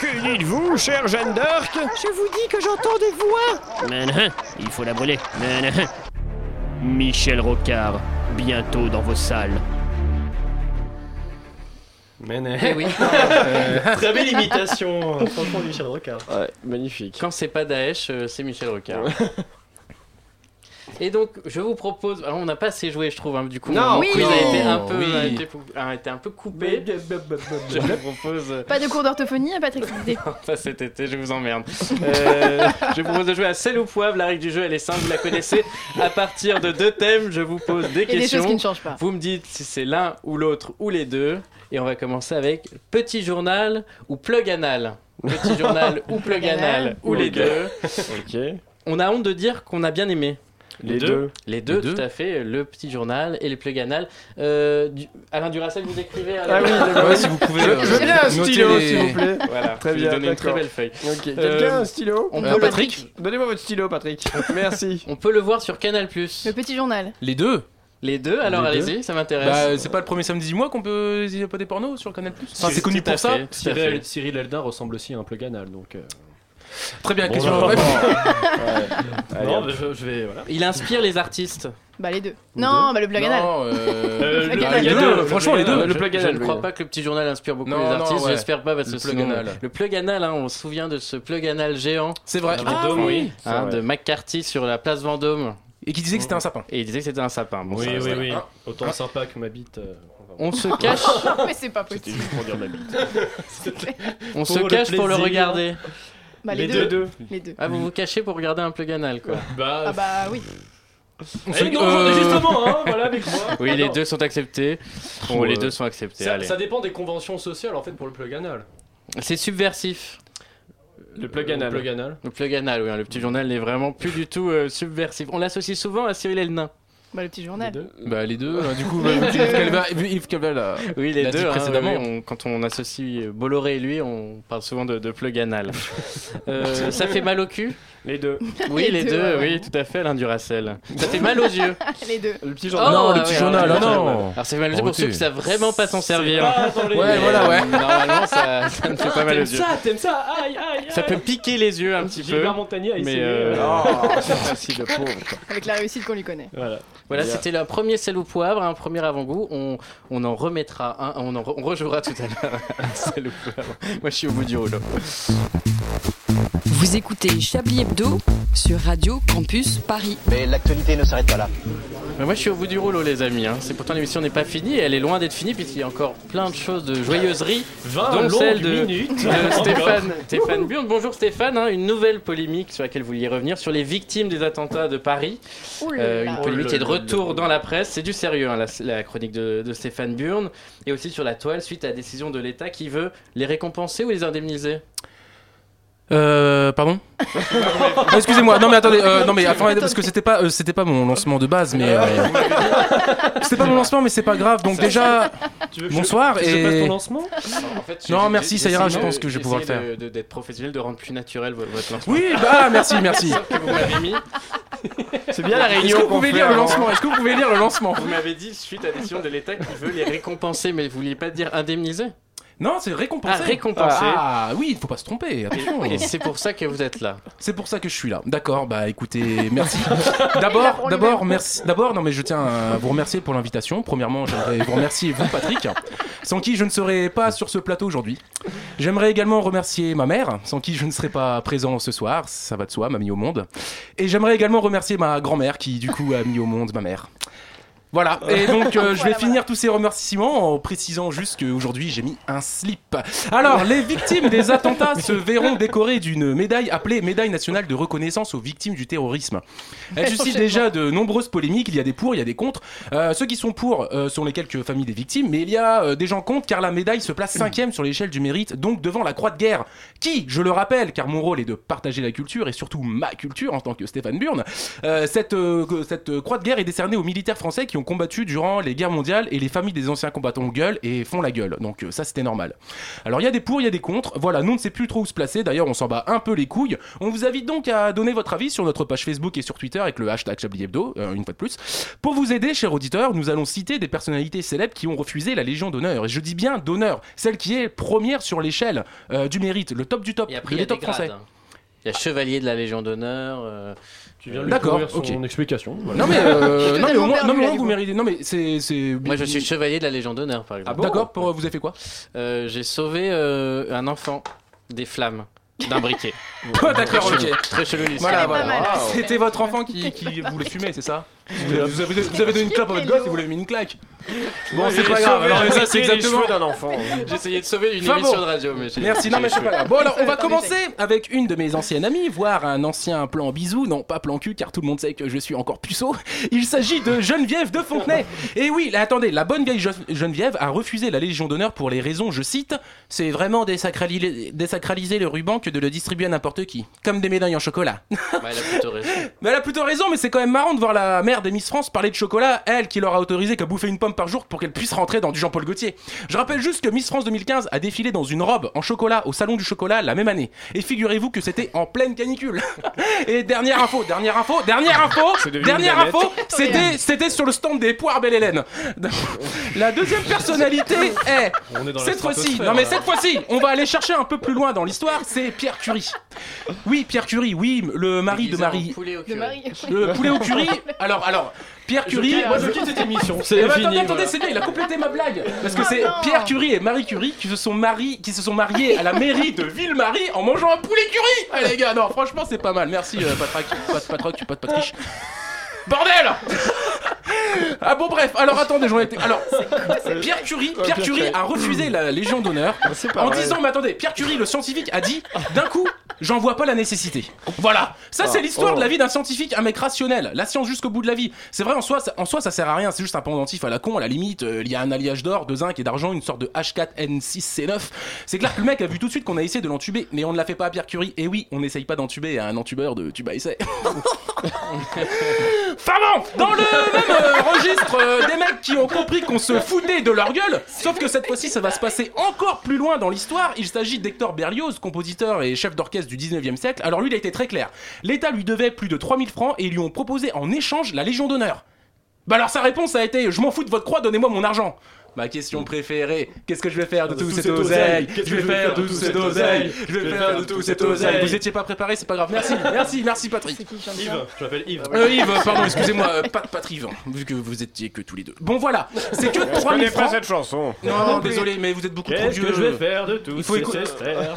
S4: Que dites-vous, chère Jeanne d'Arc
S9: Je vous dis que j'entends des voix
S21: Man, hein, il faut la brûler. Man, hein. Michel Rocard, bientôt dans vos salles.
S3: Eh oui.
S6: Très belle
S13: hein.
S6: imitation, euh, franchement, de Michel Rocard.
S4: Ouais, magnifique.
S3: Quand c'est pas Daesh, euh, c'est Michel Rocard. <laughs> Et donc, je vous propose. Alors, on n'a pas assez joué, je trouve. hein, Du coup,
S6: Non.
S3: mon
S6: Oui.
S3: quiz a été un
S6: Non.
S3: peu,
S6: Oui.
S3: a été pou- a été un peu coupé. je vous propose.
S6: <laughs>
S3: euh,
S2: Pas de cours d'orthophonie, hein, Patrick Sidé
S3: Pas cet été, je vous emmerde. Euh, je vous propose de jouer à sel ou poivre. La règle du jeu, elle est simple, vous la connaissez. À partir de deux thèmes, je vous pose des
S2: Et des
S3: questions.
S2: choses qui ne changent pas.
S3: Vous me dites si c'est l'un ou l'autre ou les deux. Et on va commencer avec petit journal ou plug anal.
S4: <laughs>
S3: Petit journal ou plug anal ou les
S4: Ok.
S3: deux.
S4: Ok.
S3: On a honte de dire qu'on a bien aimé.
S4: Les deux.
S3: Les deux,
S4: Les deux.
S3: tout à fait. Le petit journal et les plug anal. Euh, du- Alain Duracel, vous écrivez Alain
S4: Ah oui, d'accord.
S3: Ouais, si vous pouvez,
S4: Je-
S3: euh,
S4: je veux bien un
S3: noter
S4: stylo,
S3: les-
S4: s'il vous plaît.
S3: Voilà,
S4: Très
S3: je vais
S4: bien,
S3: donner une très
S4: d'accord.
S3: belle feuille.
S4: Ok, quelqu'un a un stylo
S3: on
S4: Euh,
S3: peut le-
S4: Patrick Donnez-moi votre stylo, Patrick. Merci.
S3: On peut le voir sur Canal+. Le
S2: petit journal.
S5: Les deux
S3: Les deux, alors
S5: Les deux.
S3: allez-y, ça m'intéresse.
S4: euh,
S5: Bah, c'est pas le premier samedi du mois qu'on peut il y a pas des pornos sur Canal Plus. c'est connu
S13: Tout à
S5: pour ça.
S13: fait, Cyril, Cyril Eldin ressemble aussi à un plug anal, donc. euh,
S5: Très bien,
S13: bon,
S5: question.
S13: bah,
S5: Ouais.
S13: Ouais.
S5: Allez,
S13: Non,
S5: hop.
S13: mais je, je vais. Voilà.
S3: Il inspire les artistes.
S2: Bah, les deux. Non, bah, le blague anal.
S5: <laughs> Non, euh,
S2: Le blague anal.
S5: franchement, les deux.
S3: Euh, Le
S5: Je-
S3: plug
S5: je
S3: anal. Je
S5: ne
S3: ne crois pas que le petit journal inspire beaucoup
S5: Non,
S3: les
S5: non,
S3: artistes.
S5: ouais.
S3: J'espère pas parce
S5: Le
S3: que
S5: plug
S3: sinon,
S5: anal.
S3: Le plug anal, hein, on se souvient de ce plug anal géant.
S5: C'est vrai.
S3: Du
S5: Ah
S3: Vendôme,
S5: oui.
S3: hein,
S5: C'est vrai.
S3: de McCarthy sur la place Vendôme.
S5: Et qui disait que c'était un sapin.
S3: Et il disait que c'était un sapin. Bon,
S13: Oui,
S3: ça,
S13: oui,
S3: c'est-
S13: oui.
S3: Ah.
S13: Autant sympa que ma bite. euh,
S3: On se <laughs> cache.
S2: Mais c'est pas
S13: C'était
S2: possible.
S13: juste pour dire ma bite.
S3: On
S13: Pour
S3: se
S13: le
S3: cache pour le
S13: plaisir.
S3: regarder.
S2: Bah, les, deux. Les deux.
S3: Ah, vous vous cachez pour regarder un plug anal, quoi.
S13: Bah,
S2: Ah bah oui.
S13: On
S3: se-
S13: non,
S3: euh,
S13: justement, hein, voilà, avec moi.
S3: Oui, les
S13: Attends.
S3: deux sont acceptés. Bon, les deux sont acceptés.
S13: Ça,
S3: allez.
S13: ça dépend des conventions sociales en fait pour le plug anal. Euh,
S3: C'est subversif.
S13: Le plug anal. Le plug anal.
S3: Le plug anal, oui. hein, Le petit journal n'est vraiment plus du tout euh, subversif. On l'associe souvent à Cyril Elnin.
S2: Bah, le petit journal.
S5: Bah les deux, du coup,
S3: bah, vu
S5: Yves
S3: qu'Yves
S5: Calva,
S3: Calva-
S5: l'a
S3: Oui, les deux. hein,
S5: précédemment.
S3: oui, oui, on- quand on associe euh, Bolloré et lui, on parle souvent de, de plug <laughs> anal. Euh, ça fait mal au cul
S13: Les deux.
S3: Oui, les,
S2: Les
S3: deux,
S2: deux, ouais,
S3: oui, tout à fait, l'un du Racel. Ça fait mal aux yeux. <laughs>
S2: les deux.
S13: Le petit
S3: Oh,
S5: Non, le
S3: ah
S5: petit
S3: ouais,
S5: journal,
S3: ouais,
S5: ah non.
S3: ouais. Alors c'est mal aux yeux pour
S5: Arrêtez.
S3: ceux qui savent vraiment pas s'en servir.
S13: pas dans Ah, les-
S3: Ouais, voilà, ouais.
S13: Mais
S3: Normalement, <laughs> ça, ça ne fait pas mal aux
S13: T'aimes
S3: yeux.
S13: ça, t'aimes ça, aïe, aïe,
S3: Ça peut piquer les yeux un petit peu.
S13: Gilbert Montagnier a
S3: mais
S13: essayé,
S3: euh,
S13: euh.
S3: c'est facile, le pauvre.
S2: Avec la réussite qu'on lui connaît.
S13: Voilà.
S3: Voilà,
S13: Bien.
S3: c'était le premier sel ou poivre, un premier avant-goût. On, on en remettra un, on en re- on rejouera tout à l'heure. sel ou poivre. Moi, je suis au bout du rouleau.
S12: Vous écoutez Chablis Hebdo sur Radio Campus Paris.
S8: Mais l'actualité ne s'arrête pas là.
S3: Mais moi, je suis au bout du rouleau, les amis. hein. C'est pourtant l'émission n'est pas finie. Elle est loin d'être finie puisqu'il y a encore plein de choses de joyeuserie,
S13: 20
S3: dont
S13: longues
S3: celle de,
S13: minutes. <laughs>
S3: de Stéphane,
S13: Encore.
S3: Stéphane Burne. Bonjour Stéphane. hein. Une nouvelle polémique sur laquelle vous vouliez revenir sur les victimes des attentats de Paris.
S2: Ouh là
S3: Euh,
S2: là.
S3: une polémique
S13: Oh là
S3: qui est de
S13: là là
S3: retour
S13: là.
S3: dans la presse. C'est du sérieux, hein, la, la chronique de, de Stéphane Burne. Et aussi sur la toile suite à la décision de l'État qui veut les récompenser ou les indemniser.
S5: Euh, <laughs> pardon Ah, Excusez-moi, non mais attendez, euh, non mais enfin, parce que c'était pas, euh, c'était pas mon lancement de base, mais euh, c'était pas mon lancement, mais c'est pas grave. Donc déjà,
S13: Tu veux que je-
S5: bonsoir
S13: que je fasse
S5: et
S13: ton lancement
S3: En fait, j'ai-
S5: non
S3: j'ai-
S5: merci,
S3: j'ai
S5: ça ira, je
S3: essayé
S5: pense
S3: de-
S5: que je vais pouvoir le
S3: essayé
S5: faire.
S3: de- de- D'être professionnel, de rendre plus naturel vo- votre lancement.
S5: Oui, bah merci, merci.
S3: Sauf que vous m'avez mis.
S4: C'est bien la
S5: Est-ce
S4: réunion
S5: que vous
S4: qu'on
S5: pouvez
S4: fait
S5: lire le
S4: avant.
S5: lancement Est-ce que vous pouvez lire le lancement
S3: Vous m'avez dit suite à la décision de l'État qui veut les récompenser, mais vous vouliez pas dire indemniser
S5: Non, c'est récompensé.
S3: Ah, récompensé.
S5: Ah oui, il faut pas se tromper. Attention.
S3: Et c'est pour ça que vous êtes là.
S5: C'est pour ça que je suis là. D'accord, bah écoutez, merci.
S2: Il
S5: D'abord,
S2: apprend
S5: d'abord,
S2: lui-même.
S5: merci. D'abord, non mais je tiens à vous remercier pour l'invitation. Premièrement, j'aimerais vous remercier vous, Patrick, sans qui je ne serais pas sur ce plateau aujourd'hui. J'aimerais également remercier ma mère, sans qui je ne serais pas présent ce soir. Ça va de soi, m'a mis au monde. Et j'aimerais également remercier ma grand-mère qui, du coup, a mis au monde ma mère. Voilà. Et donc, <laughs> euh, je vais finir tous ces remerciements en précisant juste qu'aujourd'hui, j'ai mis un slip. Alors, les victimes des <laughs> attentats se verront décorées d'une médaille appelée Médaille nationale de reconnaissance aux victimes du <laughs> terrorisme. Elle suscite déjà de nombreuses polémiques. Il y a des pour, il y a des contre. Euh, ceux qui sont pour euh, sont les quelques familles des victimes, mais il y a euh, des gens contre car la médaille se place cinquième sur l'échelle du mérite, donc devant la croix de guerre. Qui, je le rappelle, car mon rôle est de partager la culture et surtout ma culture en tant que Stéphane Burne, euh, cette, euh, que- cette euh, croix de guerre est décernée aux militaires français qui ont combattu durant les guerres mondiales et les familles des anciens combattants gueulent et font la gueule. Donc euh, ça c'était normal. Alors il y a des pour, il y a des contre. Voilà, nous on ne sait plus trop où se placer. D'ailleurs on s'en bat un peu les couilles. On vous invite donc à donner votre avis sur notre page Facebook et sur Twitter avec le hashtag Chablis Hebdo, euh, une fois de plus. Pour vous aider, chers auditeurs, nous allons citer des personnalités célèbres qui ont refusé la Légion d'honneur. Et je dis bien d'honneur, celle qui est première sur l'échelle euh, du mérite, le top du top,
S3: Et après,
S5: de
S3: il y a
S5: l'étop
S3: des grades,
S5: français.
S3: hein. Il y a Chevalier de la Légion d'honneur. euh, Tu
S5: viens de lui D'accord, couvrir son ok.
S3: explication.
S5: Non mais, euh,
S3: <laughs> Je suis
S5: non, mais au
S3: totalement
S5: moins, non, mais au moins,
S3: perdu, là, du
S5: vous
S3: coup.
S5: méritez. Non mais c'est, c'est-
S3: Moi, je suis Chevalier de la Légion d'honneur, par exemple.
S5: Ah bon D'accord, pour- vous avez fait quoi
S3: J'ai sauvé euh, un enfant des flammes d'un
S5: <laughs>
S3: briquet.
S5: Ah, d'accord,
S3: Très
S5: ok.
S3: chelou. Très chelou l'histoire.
S5: Voilà, voilà. C'était votre enfant qui, qui voulait fumer, c'est
S3: <laughs>
S5: ça vous avez, vous avez- vous avez donné une claque à votre gosse et vous lui avez mis une claque. Bon, c'est pas grave. Alors, ça, c'est exactement.
S3: J'essayais de sauver une
S5: Enfin,
S3: émission
S5: bon.
S3: de radio, mais j'ai-
S5: Merci, non mais
S3: j'ai
S5: c'est pas
S3: échoué.
S5: grave. Bon alors on va commencer avec une de mes anciennes amies, voire un ancien plan bisou, non pas plan cul car tout le monde sait que je suis encore puceau. Il s'agit de Geneviève de Fontenay. Et oui, là, attendez, la bonne vieille Ge- Geneviève a refusé la Légion d'honneur pour les raisons, je cite, c'est vraiment désacraliser, désacraliser le ruban que de le distribuer à n'importe qui, comme des médailles en chocolat.
S3: Bah, elle a plutôt raison.
S5: Mais elle a plutôt raison, mais c'est quand même marrant de voir la mère des Miss France parler de chocolat, elle qui leur a autorisé qu'à bouffer une pomme par jour pour qu'elle puisse rentrer dans du Jean-Paul Gaultier. Je rappelle juste que Miss France 2015 a défilé dans une robe en chocolat au Salon du Chocolat la même année. Et figurez-vous que c'était en pleine canicule. <laughs> Et dernière info, dernière info, dernière
S13: <laughs>
S5: info,
S13: devenu
S5: dernière
S13: une manette.
S5: info, c'était, c'était sur le stand des poires Belle Hélène. La deuxième personnalité est,
S13: <laughs> On est dans la
S5: cette fois-ci,
S13: stratosphère,
S5: non mais
S13: là.
S5: cette fois-ci, on va aller chercher un peu plus loin dans l'histoire, c'est Pierre Curie. Oui, Pierre Curie, oui, le mari de
S3: Déguisé en
S5: Marie.
S3: poulet au
S2: De <laughs> Marie.
S5: Le poulet au curry. Alors, alors, Pierre
S13: Je
S5: Curie.
S13: quitte- moi, je quitte cette émission. C'est
S5: Eh ben,
S13: fini,
S5: Attendez, attendez,
S13: voilà.
S5: c'est bien. Il a complété ma blague. Parce que
S13: Oh
S5: c'est
S13: non.
S5: Pierre Curie et Marie Curie qui se sont mariés, qui se sont mariés à la mairie de Ville-Marie en mangeant un poulet curry. Ah, les gars, non, franchement, c'est pas mal. Merci, euh, Patrac, Pat- Patroc, Pat- Patriche. Bordel Ah bon bref, alors attendez, j'en étais. Alors, Pierre Curie,
S13: Ouais, Pierre
S5: Pierre Curie
S13: Curie.
S5: a refusé la Légion d'honneur
S13: pas
S5: en
S13: vrai.
S5: disant mais attendez, Pierre Curie, le scientifique, a dit d'un coup, j'en vois pas la nécessité. Voilà, ça
S13: Ah,
S5: c'est l'histoire
S13: oh.
S5: de la vie d'un scientifique, un mec rationnel. La science jusqu'au bout de la vie. C'est vrai en soi, ça, en soi ça sert à rien, c'est juste un pendentif à la con. À la limite, euh, il y a un alliage d'or, de zinc et d'argent, une sorte de H4N6C9. C'est clair que le mec a vu tout de suite qu'on a essayé de l'entuber, mais on ne l'a fait pas à Pierre Curie. Et oui, on n'essaye pas d'entuber à un entubeur de tuba essai. Enfin bon, dans le même euh, registre euh, des mecs qui ont compris qu'on se foutait de leur gueule, sauf que cette fois-ci ça va se passer encore plus loin dans l'histoire, il s'agit d'Hector Berlioz, compositeur et chef d'orchestre du 19e siècle, alors lui il a été très clair, l'État lui devait plus de 3000 francs et ils lui ont proposé en échange la Légion d'honneur. Bah alors sa réponse a été je m'en fous de votre croix, donnez-moi mon argent. Ma question préférée, qu'est-ce que je vais faire de tout cet bah, oseille
S13: Qu'est-ce
S5: Je vais faire de tout cet oseille Je vais faire de tout cet oseille Vous étiez pas préparé, c'est pas grave. Merci, merci, merci Patrick.
S13: Yves, je m'appelle Yves.
S5: Euh, Yves, pardon, excusez-moi, euh, pas, pas Yves, vu que vous étiez que tous les deux. Bon voilà, c'est que
S13: Je
S5: 3000
S13: connais pas
S5: francs.
S13: cette
S5: chanson.
S13: Moi
S5: Non,
S13: non
S5: non,
S13: plus.
S5: désolé, mais vous êtes beaucoup trop
S13: Qu'est-ce
S5: vieux.
S13: que je vais faire de tous
S5: Il faut
S13: ces
S5: écouter-
S13: esters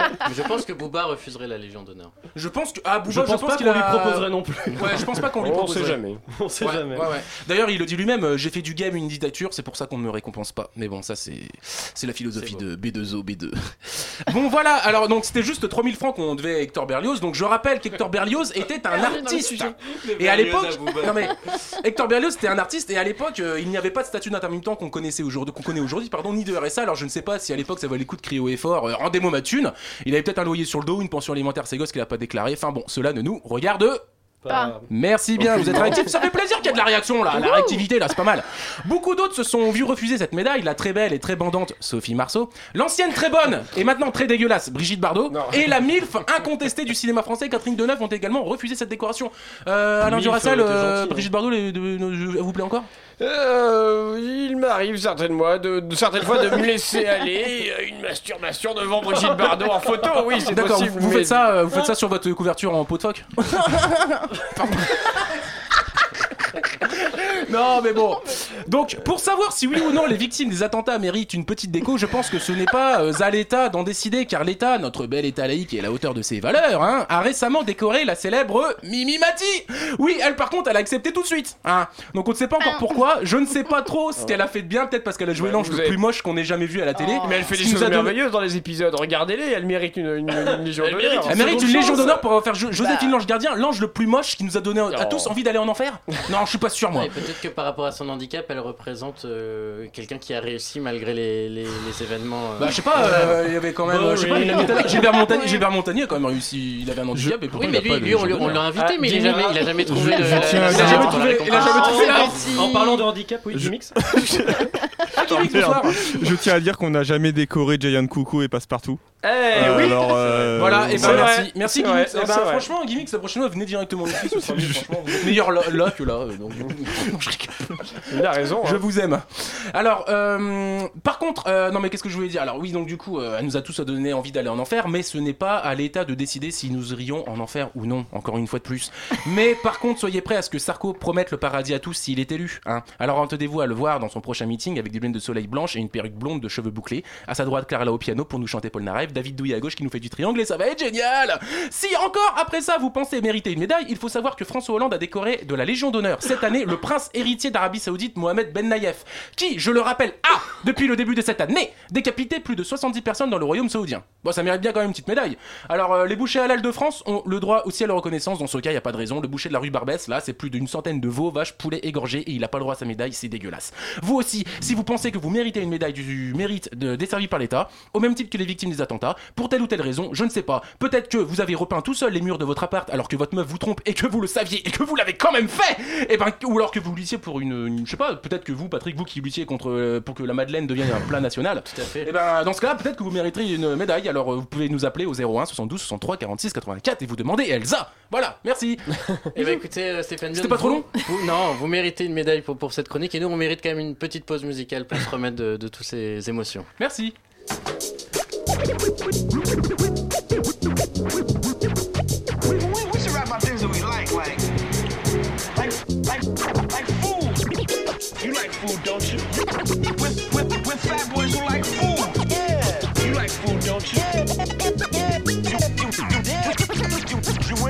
S3: Mais je pense que Booba refuserait la Légion d'honneur.
S5: Je pense que ah, Booba,
S3: Je pense pas
S5: qu'il
S3: qu'on
S5: a-
S3: lui proposerait non
S13: <laughs>
S3: plus.
S5: Ouais, je pense pas qu'on lui
S3: On sait
S5: proposerait.
S3: jamais. On sait
S5: Ouais,
S3: jamais.
S5: ouais, ouais. D'ailleurs, il le dit lui-même. euh, J'ai fait du game une dictature, c'est pour ça qu'on ne me récompense pas. Mais bon, ça c'est c'est la philosophie de B2O B2. <laughs> bon voilà. Alors donc c'était juste 3000 francs qu'on devait à Hector Berlioz. Donc je rappelle qu'Hector Berlioz était un artiste. Et à l'époque, non mais Hector Berlioz était un artiste et à l'époque euh, il n'y avait pas de statut d'intermittent qu'on connaissait aujourd'hui, qu'on connaît aujourd'hui, pardon, ni de RSA. Alors je ne sais pas si à l'époque ça valait le coup de crier au effort, euh, rendez-moi ma thune. Il avait peut-être un loyer sur le dos, une pension alimentaire, ses gosses qu'il a pas déclaré. Enfin bon, cela ne nous regarde
S2: Pas.
S5: Merci bien, vous êtes réactifs. Ça fait plaisir qu'il y a de la réaction là, la réactivité là, c'est pas mal. Beaucoup d'autres se sont vus refuser cette médaille, la très belle et très bandante Sophie Marceau, l'ancienne très bonne et maintenant très dégueulasse Brigitte Bardot et la MILF incontestée du cinéma français Catherine Deneuve ont également refusé cette décoration. Euh, Alain
S13: Milf,
S5: Duracell,
S13: euh, t'es
S5: euh,
S13: gentil, hein.
S5: Brigitte Bardot, les- de- de- elle vous plaît encore
S4: Euh, il m'arrive certaines, mois de, de- certaines fois de me
S3: <laughs>
S4: laisser aller à une masturbation devant Brigitte Bardot en photo, oui, c'est
S5: D'accord,
S4: possible.
S5: vous, vous
S4: mais- <laughs>
S5: faites ça, euh, vous faites ça sur votre couverture en peau de phoque Non, mais bon. Donc, pour savoir si oui ou non les victimes des attentats méritent une petite déco, je pense que ce n'est pas euh, à l'État d'en décider, car l'État, notre bel État laïque et à la hauteur de ses valeurs, hein, a récemment décoré la célèbre Mimi Mati. Oui, elle, par contre, elle a accepté tout de suite. hein. Donc, on ne sait pas encore pourquoi. Je ne sais pas trop ce qu'elle a fait de bien, peut-être parce qu'elle a joué l'ange le plus moche qu'on ait jamais vu à la télé.
S4: Mais elle fait
S5: Ce
S4: des
S5: qui nous
S4: choses
S5: a donné-
S4: merveilleuses dans les épisodes. Regardez-les, elle mérite une, une, une légion
S5: Elle mérite,
S4: d'honneur. Ah,
S5: une légion d'honneur pour avoir faire
S15: Bah.
S5: Jo- Joséphine l'ange gardien, l'ange le plus moche qui nous a donné à tous envie d'aller en enfer Non, je suis pas sûr, moi.
S3: Et peut-être que par rapport à son handicap, elle représente euh, quelqu'un qui a réussi malgré les, les- les événements. euh.
S5: Bah, je sais pas, euh, il y avait quand même. euh, je sais pas, il y avait
S3: Boring. <laughs>
S5: Montagnier- Gilbert Montagnier, Gilbert Montagnier a quand même réussi. Il avait un handicap et pourtant
S3: Oui,
S5: il
S3: mais
S5: a pas
S3: lui,
S5: de
S3: lui, on
S5: Légion
S3: lui- on
S5: d'honneur.
S3: l'a invité, mais il a jamais- il a jamais trouvé
S5: Je
S3: de-
S5: tiens à
S3: la-
S5: dire-
S3: la-
S5: Il a jamais
S3: la-
S5: trouvé-
S3: la-
S5: il a jamais
S3: Ah,
S5: trouvé
S3: c'est
S5: la-
S3: petit.
S13: Ah, En parlant de handicap, oui,
S15: Je-
S13: du mix
S5: Ah, Kémy, bonsoir.
S15: Merde. Je tiens à dire qu'on n'a jamais décoré Giant Coucou et Passepartout.
S5: Eh
S15: Euh,
S5: oui.
S15: alors, euh,
S5: Voilà, et
S15: c'est
S5: ben
S15: vrai.
S5: merci. Merci,
S15: C'est vrai,
S5: Gimmick.
S15: c'est
S5: Eh ben,
S15: vrai.
S5: franchement, Gimmick, la prochaine fois,
S15: <laughs>
S5: venez directement ici, ce sera mieux, franchement. Vous êtes meilleur là, là que là. euh, donc, je rigole.
S4: Il a raison. hein.
S13: hein.
S5: Je vous aime. Alors, euh, par contre, euh, non mais qu'est-ce que je voulais dire Alors oui, donc du coup, euh, elle nous a tous donné envie d'aller en enfer, mais ce n'est pas à l'État de décider si nous irions en enfer ou non, encore une fois de plus. Mais par contre, soyez prêts à ce que Sarko promette le paradis à tous s'il est élu. hein. Alors entendez-vous à le voir dans son prochain meeting avec des lunettes de soleil blanches et une perruque blonde de cheveux bouclés. À sa droite, Clara Lao au piano pour nous chanter Paul Narev, David Douillet à gauche qui nous fait du triangle et ça va être génial Si encore après ça, vous pensez mériter une médaille, il faut savoir que François Hollande a décoré de la Légion d'honneur cette année le prince héritier d'Arabie Saoudite Mohamed Ben Nayef, qui, je le rappelle, a, depuis le début de cette année, décapité plus de 70 personnes dans le royaume saoudien. Bon, ça mérite bien quand même une petite médaille. Alors, euh, les bouchers halal de France ont le droit aussi à leur reconnaissance, dans ce cas, il n'y a pas de raison. Le boucher de la rue Barbès, là, c'est plus d'une centaine de veaux, vaches, poulets égorgés et il n'a pas le droit à sa médaille, c'est dégueulasse. Vous aussi, si vous pensez que vous méritez une médaille du mérite de, desservie par l'État, au même titre que les victimes des attentats, pour telle ou telle raison, je ne sais pas. Peut-être que vous avez repeint tout seul les murs de votre appart alors que votre meuf vous trompe et que vous le saviez et que vous l'avez quand même fait Et ben, ou alors que vous luttiez pour une. une- je sais pas, peut-être que vous, Patrick, vous qui luttiez contre, euh, pour que la Madeleine devienne un plat national. Tout à fait. Et ben, dans ce cas, peut-être que vous mériteriez une médaille. Alors, euh, vous pouvez nous appeler au 01 72 63 46 84 et vous demander Elsa Voilà, merci
S3: Eh ben écoutez, euh, Stéphane, Bion,
S5: C'était pas trop
S3: vous-
S5: long
S3: vous- Non, vous méritez une médaille pour, pour cette chronique et nous, on mérite quand même une petite pause musicale pour se remettre de, de toutes ces émotions.
S5: Merci
S17: We, we, we should rap about things that we like, like, like, like, like food. You like food, don't you? With, with, with fat boys who like food. Yeah. You like food, don't you? Yeah.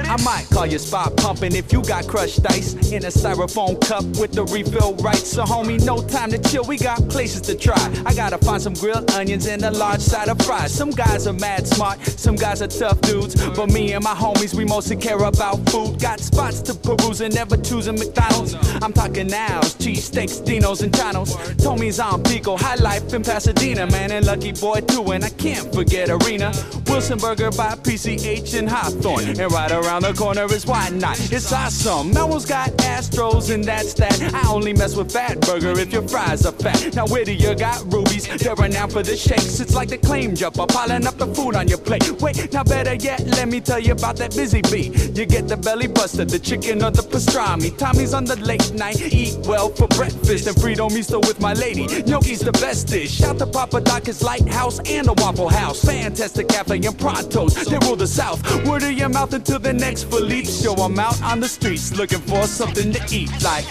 S23: I might call your spot pumping if you got crushed ice in a styrofoam cup with the refill right. So homie, no time to chill. We got places to try. I gotta find some grilled onions and a large side of fries. Some guys are mad smart, some guys are tough dudes. But me and my homies, we mostly care about food. Got spots to peruse and never choosing McDonald's. I'm talking nows, cheesesteaks, Dinos, and Chinos. Tommy's on Pico, high life in Pasadena, man, and Lucky Boy too. And I can't forget Arena, Wilson Burger by PCH and Hawthorne. And right around the corner is why not? It's awesome. Melrose got Astros, and that's that. I only mess with Fat Burger if your fries are fat. Now Whittier got rubies, they're renowned for the shakes. It's like the claim jumper piling up the food on your plate. Wait, now better yet, let me tell you about that busy bee. You get the belly buster, the chicken or the pastrami. Tommy's on the late night, eat well for breakfast. And Frito Misto with my lady. Gnocchi's the best dish. Shout to Papa Doc, his lighthouse and the Waffle House. Fantastic cafe and prontos, they rule the South. Word of your mouth until the next Philippe show. I'm out on the streets looking for something to eat like.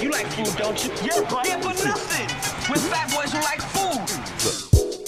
S17: You like food, don't you? Yeah, but, yeah, but nothing. With fat boys who like food.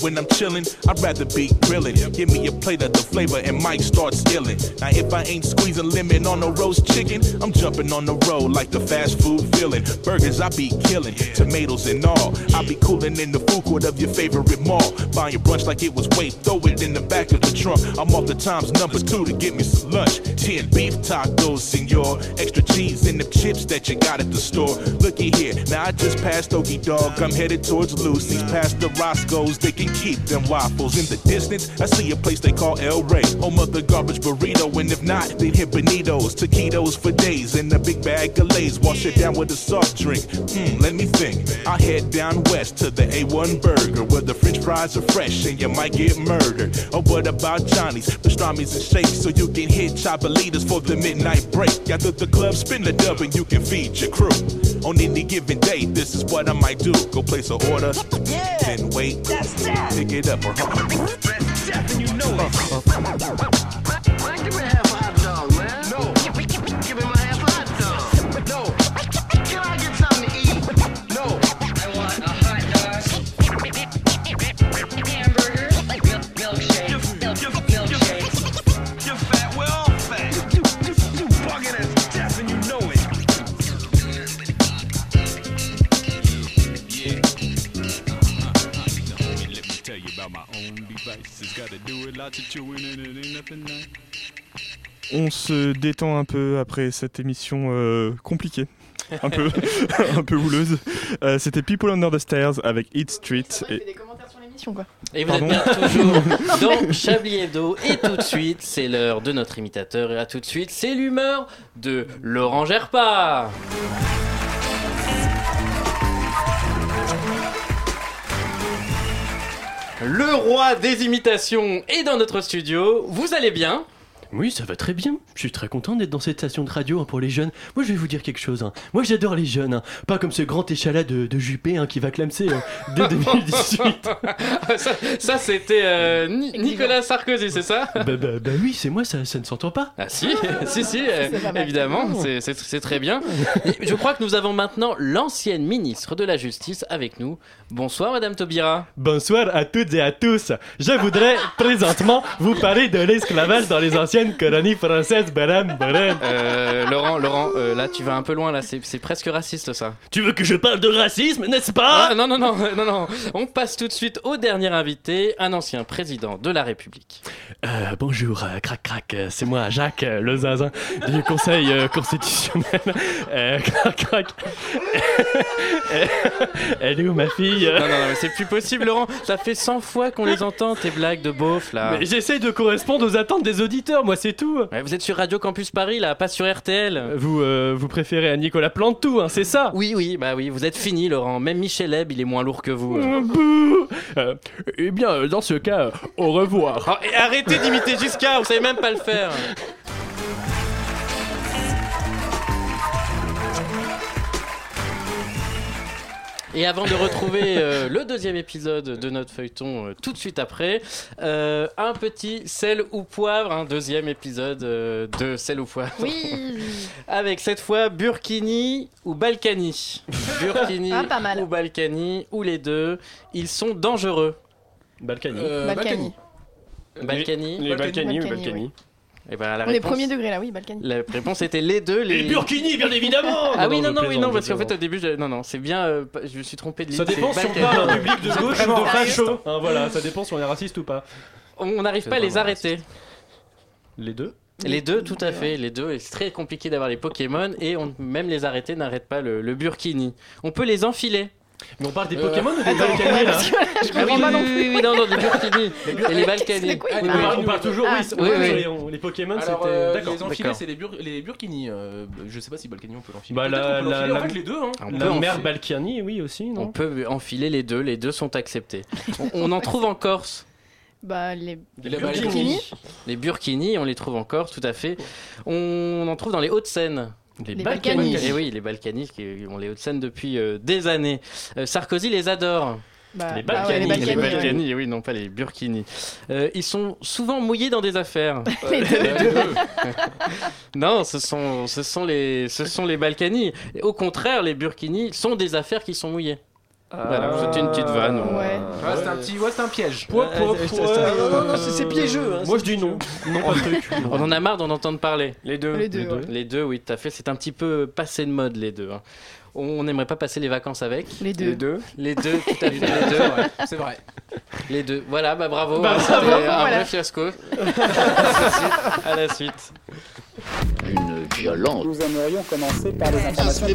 S24: When I'm chillin', I'd rather be grillin'. Give me a plate of the flavor and Mike starts illin'. Now if I ain't squeezing lemon on a roast chicken, I'm jumping on the road like the fast food villain. Burgers I be killin', tomatoes and all. I be coolin' in the food court of your favorite mall. Buying your brunch like it was weight, throw it in the back of the trunk. I'm off the times number two to get me some lunch. Ten beef tacos, senor. Extra cheese and the chips that you got at the store. Looky here, now I just passed Okie Dog. I'm headed towards Lucy's. Past the Roscoe's, they can keep them waffles in the distance. I see a place they call El Rey, home of the garbage burrito. And if not, they'd hit Benitos, taquitos for days, and a big bag of Lays. Wash it down with a soft drink. Hmm, let me think. I'll head down west to the A1 Burger, where the French fries are fresh and you might get murdered. Or what about Johnny's, pastrami's and shakes, so you can hit chapelitas for the midnight break. After the club, spin the dub and you can feed your crew. On any given day, this is what I might do: go place an order, then wait, pick it up or huh.
S17: you know it. Man, give me half a hot dog, man. No. Give me my half a hot dog. No. Can I get something to eat? No. I want a hot dog. Hamburger. Milkshake. Milkshake. You're fat. We're all fat. You, you, you bugging us death and you know it.
S1: Let me tell you about my own devices. Gotta do it, lots of chewing, and it ain't nothing nice.
S15: On se détend un peu après cette émission euh, compliquée. Un peu, un peu houleuse. Euh, C'était People Under the Stairs avec Eat Street. Et...
S2: Mission, quoi.
S3: Et vous
S15: Pardon
S3: êtes bien toujours dans Chablis Hebdo. Et tout de suite, c'est l'heure de notre imitateur. Et à tout de suite, c'est l'humeur de Laurent Gerpa. Le roi des imitations est dans notre studio. Vous allez bien
S6: Oui, ça va très bien. Je suis très content d'être dans cette station de radio hein, pour les jeunes. Moi, je vais vous dire quelque chose. hein. Moi, j'adore les jeunes. hein. Pas comme ce grand échalas de, de Juppé hein, qui va clamser euh,
S4: <laughs>
S6: dès 2018.
S3: ça, ça, c'était euh, Ni- Nicolas Sarkozy, c'est ça
S6: bah, bah, bah oui, c'est moi, ça, ça ne s'entend pas.
S3: Ah si, <laughs> si, si, euh, évidemment, c'est- c'est c'est très bien. Et je crois que nous avons maintenant l'ancienne ministre de la Justice avec nous. Bonsoir, Madame Taubira.
S10: Bonsoir à toutes et à tous. Je
S4: <laughs>
S10: voudrais présentement vous parler de l'esclavage dans les anciennes colonies françaises. Baram, baram.
S3: Euh, Laurent, Laurent, euh, là, tu vas un peu loin, là, c'est c'est presque raciste, ça.
S10: Tu veux que je parle de racisme, n'est-ce pas
S3: Ah, Non, non, <laughs> non, non, non. On passe tout de suite au dernier invité, un ancien président de la République.
S10: Euh, bonjour, euh, crac crac, euh, c'est moi Jacques euh, le Zazin du Conseil euh, constitutionnel. Euh, crac crac. Euh, Elle est où ma fille
S3: <laughs> Non, non, non, mais c'est plus possible, Laurent. Ça fait 100 fois qu'on les entend, tes blagues de beauf, là.
S10: Mais J'essaie de correspondre aux attentes des auditeurs, moi c'est tout.
S3: Ouais, vous êtes sur Radio Campus Paris, là, pas sur RTL.
S10: Vous, euh, vous préférez à Nicolas Plantou, hein, c'est ça
S3: Oui, oui, bah oui, vous êtes fini, Laurent. Même Michel Hebb, il est moins lourd que vous.
S10: Euh, bouh. Euh, eh bien, euh, dans ce cas, euh, au revoir.
S3: Ah, Et arrêtez d'imiter Giscard, vous savez même pas le faire. Et avant de retrouver euh, le deuxième épisode de notre feuilleton euh, tout de suite après, euh, un petit sel ou poivre, un deuxième épisode euh, de sel ou poivre.
S2: Oui.
S3: Avec cette fois Burkini ou Balkany. Burkini
S2: <laughs> Ah, pas mal.
S3: ou Balkany ou les deux, ils sont dangereux.
S13: Euh, Balkany.
S2: Euh,
S5: Euh,
S2: Balkany.
S3: Balkany.
S13: Les Balkany, oui,
S2: Balkany,
S13: Balkany.
S3: Eh ben, la
S2: On est
S3: réponse-
S2: premier degré là, oui, Balkany.
S3: La réponse était les deux. Les,
S13: Les Burkini, bien évidemment
S3: Ah oui,
S13: Non,
S3: non,
S13: non, je
S3: non, oui,
S13: plaisante,
S3: non,
S13: je
S3: parce qu'en fait,
S13: plaisante.
S3: au début, je- non, non, c'est bien, euh, pas- je me suis trompé de
S13: Ça
S3: ligne,
S13: dépend
S3: c'est
S13: si on
S3: Balkany.
S13: parle à un public de
S3: C'est
S13: gauche ou
S3: vraiment
S13: de facho.
S3: raciste.
S13: hein, voilà, ça dépend si on est raciste ou pas.
S3: On n'arrive pas à les arrêter.
S13: Les deux
S3: Les deux, tout à fait, les deux. Et C'est très compliqué d'avoir les Pokémon et on, même les arrêter n'arrête pas le, le Burkini. On peut les enfiler.
S13: Mais on parle des
S3: Euh,
S13: Pokémon ou des
S3: attends,
S13: Balkany là
S3: parce que là,
S13: Ah
S3: je
S13: oui,
S3: comprends pas
S13: oui,
S3: non
S13: oui,
S3: plus. Oui, non, non, les <laughs> Burkini et les Balkany.
S13: Ah, on, parle, on parle toujours, oui, c'est-
S3: Oui, oui.
S13: les- on- les Pokémon c'était.
S5: Alors, euh,
S13: D'accord.
S5: les enfilés,
S13: d'accord.
S5: c'est les, bur les burkinis. euh, je sais pas si Balkany on peut l'enfiler.
S13: Bah,
S5: Peut-être
S13: la,
S5: on peut
S13: la, la,
S5: l'enfiler, en fait, les deux. Hein.
S3: Ah, on
S13: la
S3: peut
S13: mère
S3: enfiler.
S13: Balkany, oui, aussi,
S3: On
S13: non
S3: peut enfiler les deux, les deux sont acceptés. On, on en trouve en Corse.
S2: Bah, les.
S5: Les
S2: Balkany.
S5: Balkany.
S3: Les Burkini, on les trouve en Corse, tout à fait. On en trouve dans les Hauts-de-Seine.
S2: Les Balkany.
S3: Et oui, les Balkany qui ont les Hauts-de-Seine depuis euh, des années. Euh, Sarkozy les adore.
S2: Bah,
S3: les
S2: bah ouais,
S3: Balkany,
S2: les Balkany, ouais.
S3: oui, non pas les Burkini. Euh, ils sont souvent mouillés dans des affaires.
S2: <laughs>
S3: Euh,
S2: Les deux.
S3: <laughs> non, ce sont, ce sont les, ce sont les Balkany. Et Au contraire, les Burkini sont des affaires qui sont mouillées. Voilà, c'était une petite vanne.
S2: Euh, Ouais.
S5: Ah, c'est un petit, ouais, c'est un piège.
S4: non, non, c'est- c'est piégeux, hein,
S13: Moi je dis non.
S3: Ah,
S13: Non, pas de truc.
S3: On en a marre d'en entendre parler. Les deux.
S2: Les deux, Les deux. ouais.
S3: Les deux, oui, tout à fait. C'est un petit peu passé de mode, les deux. hein. On n'aimerait pas passer les vacances avec.
S2: Les deux.
S3: Les deux, tout à fait. Les deux, <laughs> ouais.
S5: C'est vrai.
S3: Les deux. Voilà, bah bravo.
S5: Bah,
S3: hein,
S5: bravo,
S3: c'était un
S5: voilà.
S3: vrai fiasco. à la suite.
S25: Une
S7: violente.
S11: Nous aimerions commencer par les informations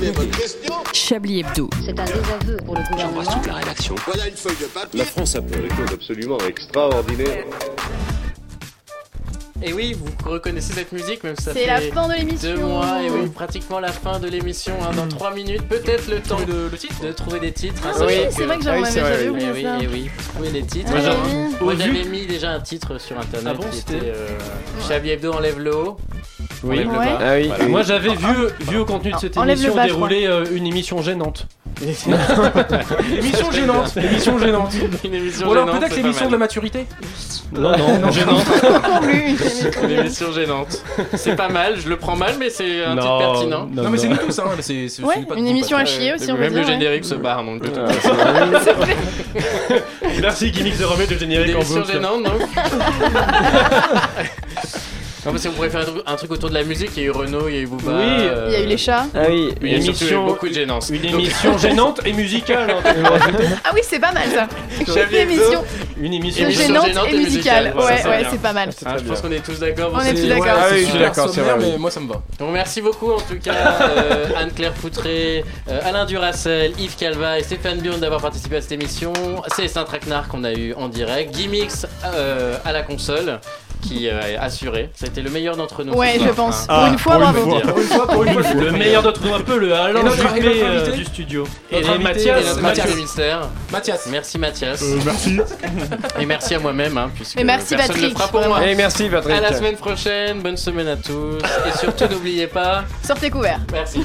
S12: Chablis Hebdo. C'est un désaveu pour le gouvernement.
S7: toute la rédaction. Voilà une feuille de papier. La France a fait des choses absolument
S25: extraordinaire.
S3: Et oui, vous reconnaissez cette musique, même si ça
S2: C'est
S3: fait
S2: la fin de l'émission.
S3: deux mois, et oui, pratiquement la fin de l'émission, hein, dans trois minutes, peut-être le temps de, de trouver des titres.
S2: Ah
S3: ça
S2: oui,
S3: fait
S2: c'est vrai que j'avais- Ah oui, c'est vrai, j'avais oublié
S3: Eh oui,
S2: ça.
S3: eh oui, vous trouvez les titres.
S2: Ah
S3: Moi,
S2: oui.
S3: j'avais- Moi
S2: Au
S3: j'avais
S2: vu-
S3: mis déjà un titre sur internet
S13: Ah bon,
S3: qui
S13: c'était-
S3: était euh, Chablis Hebdo enlève le haut.
S13: Oui.
S3: Enlève le
S13: Ouais.
S3: bas.
S13: Ah oui.
S3: Voilà.
S13: Moi, j'avais vu, vu au contenu de cette
S3: ah. Enlève le
S13: émission
S3: bas, je crois.
S13: dérouler euh, une émission gênante.
S5: Émission gênante, émission gênante.
S3: Une émission
S5: Ou alors
S13: gênante,
S5: peut-être
S13: c'est pas
S5: l'émission
S13: mal.
S5: de la maturité.
S13: Non, non,
S3: <laughs>
S13: gênante.
S3: Une émission gênante. C'est pas mal, je le prends mal, mais c'est un
S13: Non,
S3: titre pertinent.
S5: non, Non, mais c'est non. nous tous, hein, mais c'est- c'est-
S2: Ouais, c'est pas- une émission à chier aussi, on
S3: Même
S2: peut
S3: le
S2: dire, ouais.
S3: générique se barre, donc de toute façon.
S13: Merci Gimmick de remettre le générique en
S3: Une émission
S13: boucle.
S3: gênante, donc. <laughs> Non, parce qu'on pourrait faire un truc, un truc autour de la musique. Il y a eu Renaud, il y a eu Booba.
S13: Oui.
S3: euh,
S2: Il y a eu les chats.
S4: Ah oui,
S3: Il y a
S13: une
S3: surtout eu
S13: émission-
S3: beaucoup de gênance.
S13: Une
S3: <laughs>
S13: émission gênante et musicale. hein, tu vois.
S2: Ah oui, c'est pas mal <laughs> ça.
S3: Chablis
S2: Une émission
S3: Hebdo.
S13: Une
S2: émission gênante, et musicale.
S3: Voilà,
S2: Ouais,
S3: ça,
S2: ouais,
S3: bien.
S2: c'est pas mal.
S3: Ah, je pense qu'on est tous d'accord.
S2: On
S3: vous
S2: est
S3: savez.
S2: tous d'accord.
S5: Ah oui, je suis d'accord, c'est vrai, mais
S3: oui.
S5: moi ça me va.
S3: Donc merci beaucoup en tout cas euh, Anne-Claire Foutré, euh, Alain Duracel, Yves Calva et Stéphane Bion d'avoir participé à cette émission. C'est saint traquenard qu'on a eu en direct. Gimmix euh, à la console qui euh, a assuré. Ça a été le meilleur d'entre nous.
S2: Ouais,
S3: ce
S2: je
S3: soir,
S2: pense.
S3: hein.
S2: Ah, Pour une fois, bravo.
S4: <laughs>
S3: dire.
S13: Le meilleur d'entre nous, un peu le Alain
S3: Et notre- et
S13: Juppé
S3: notre
S13: euh,
S3: invité
S13: du studio.
S3: Et,
S13: Notre invité,
S3: Mathias,
S13: notre
S3: Mathias.
S13: Mathieu
S3: Mystère.
S5: Mathias.
S3: Merci Mathias.
S5: Euh, merci.
S3: Et merci à moi-même, hein, puisque
S2: Et merci,
S3: personne ne
S2: Patrick.
S3: le fera pour
S5: Eh,
S3: moi.
S4: Et merci, Patrick.
S3: À la semaine prochaine, bonne semaine à tous. <laughs> Et surtout, n'oubliez pas.
S2: Sortez couverts.
S3: Merci.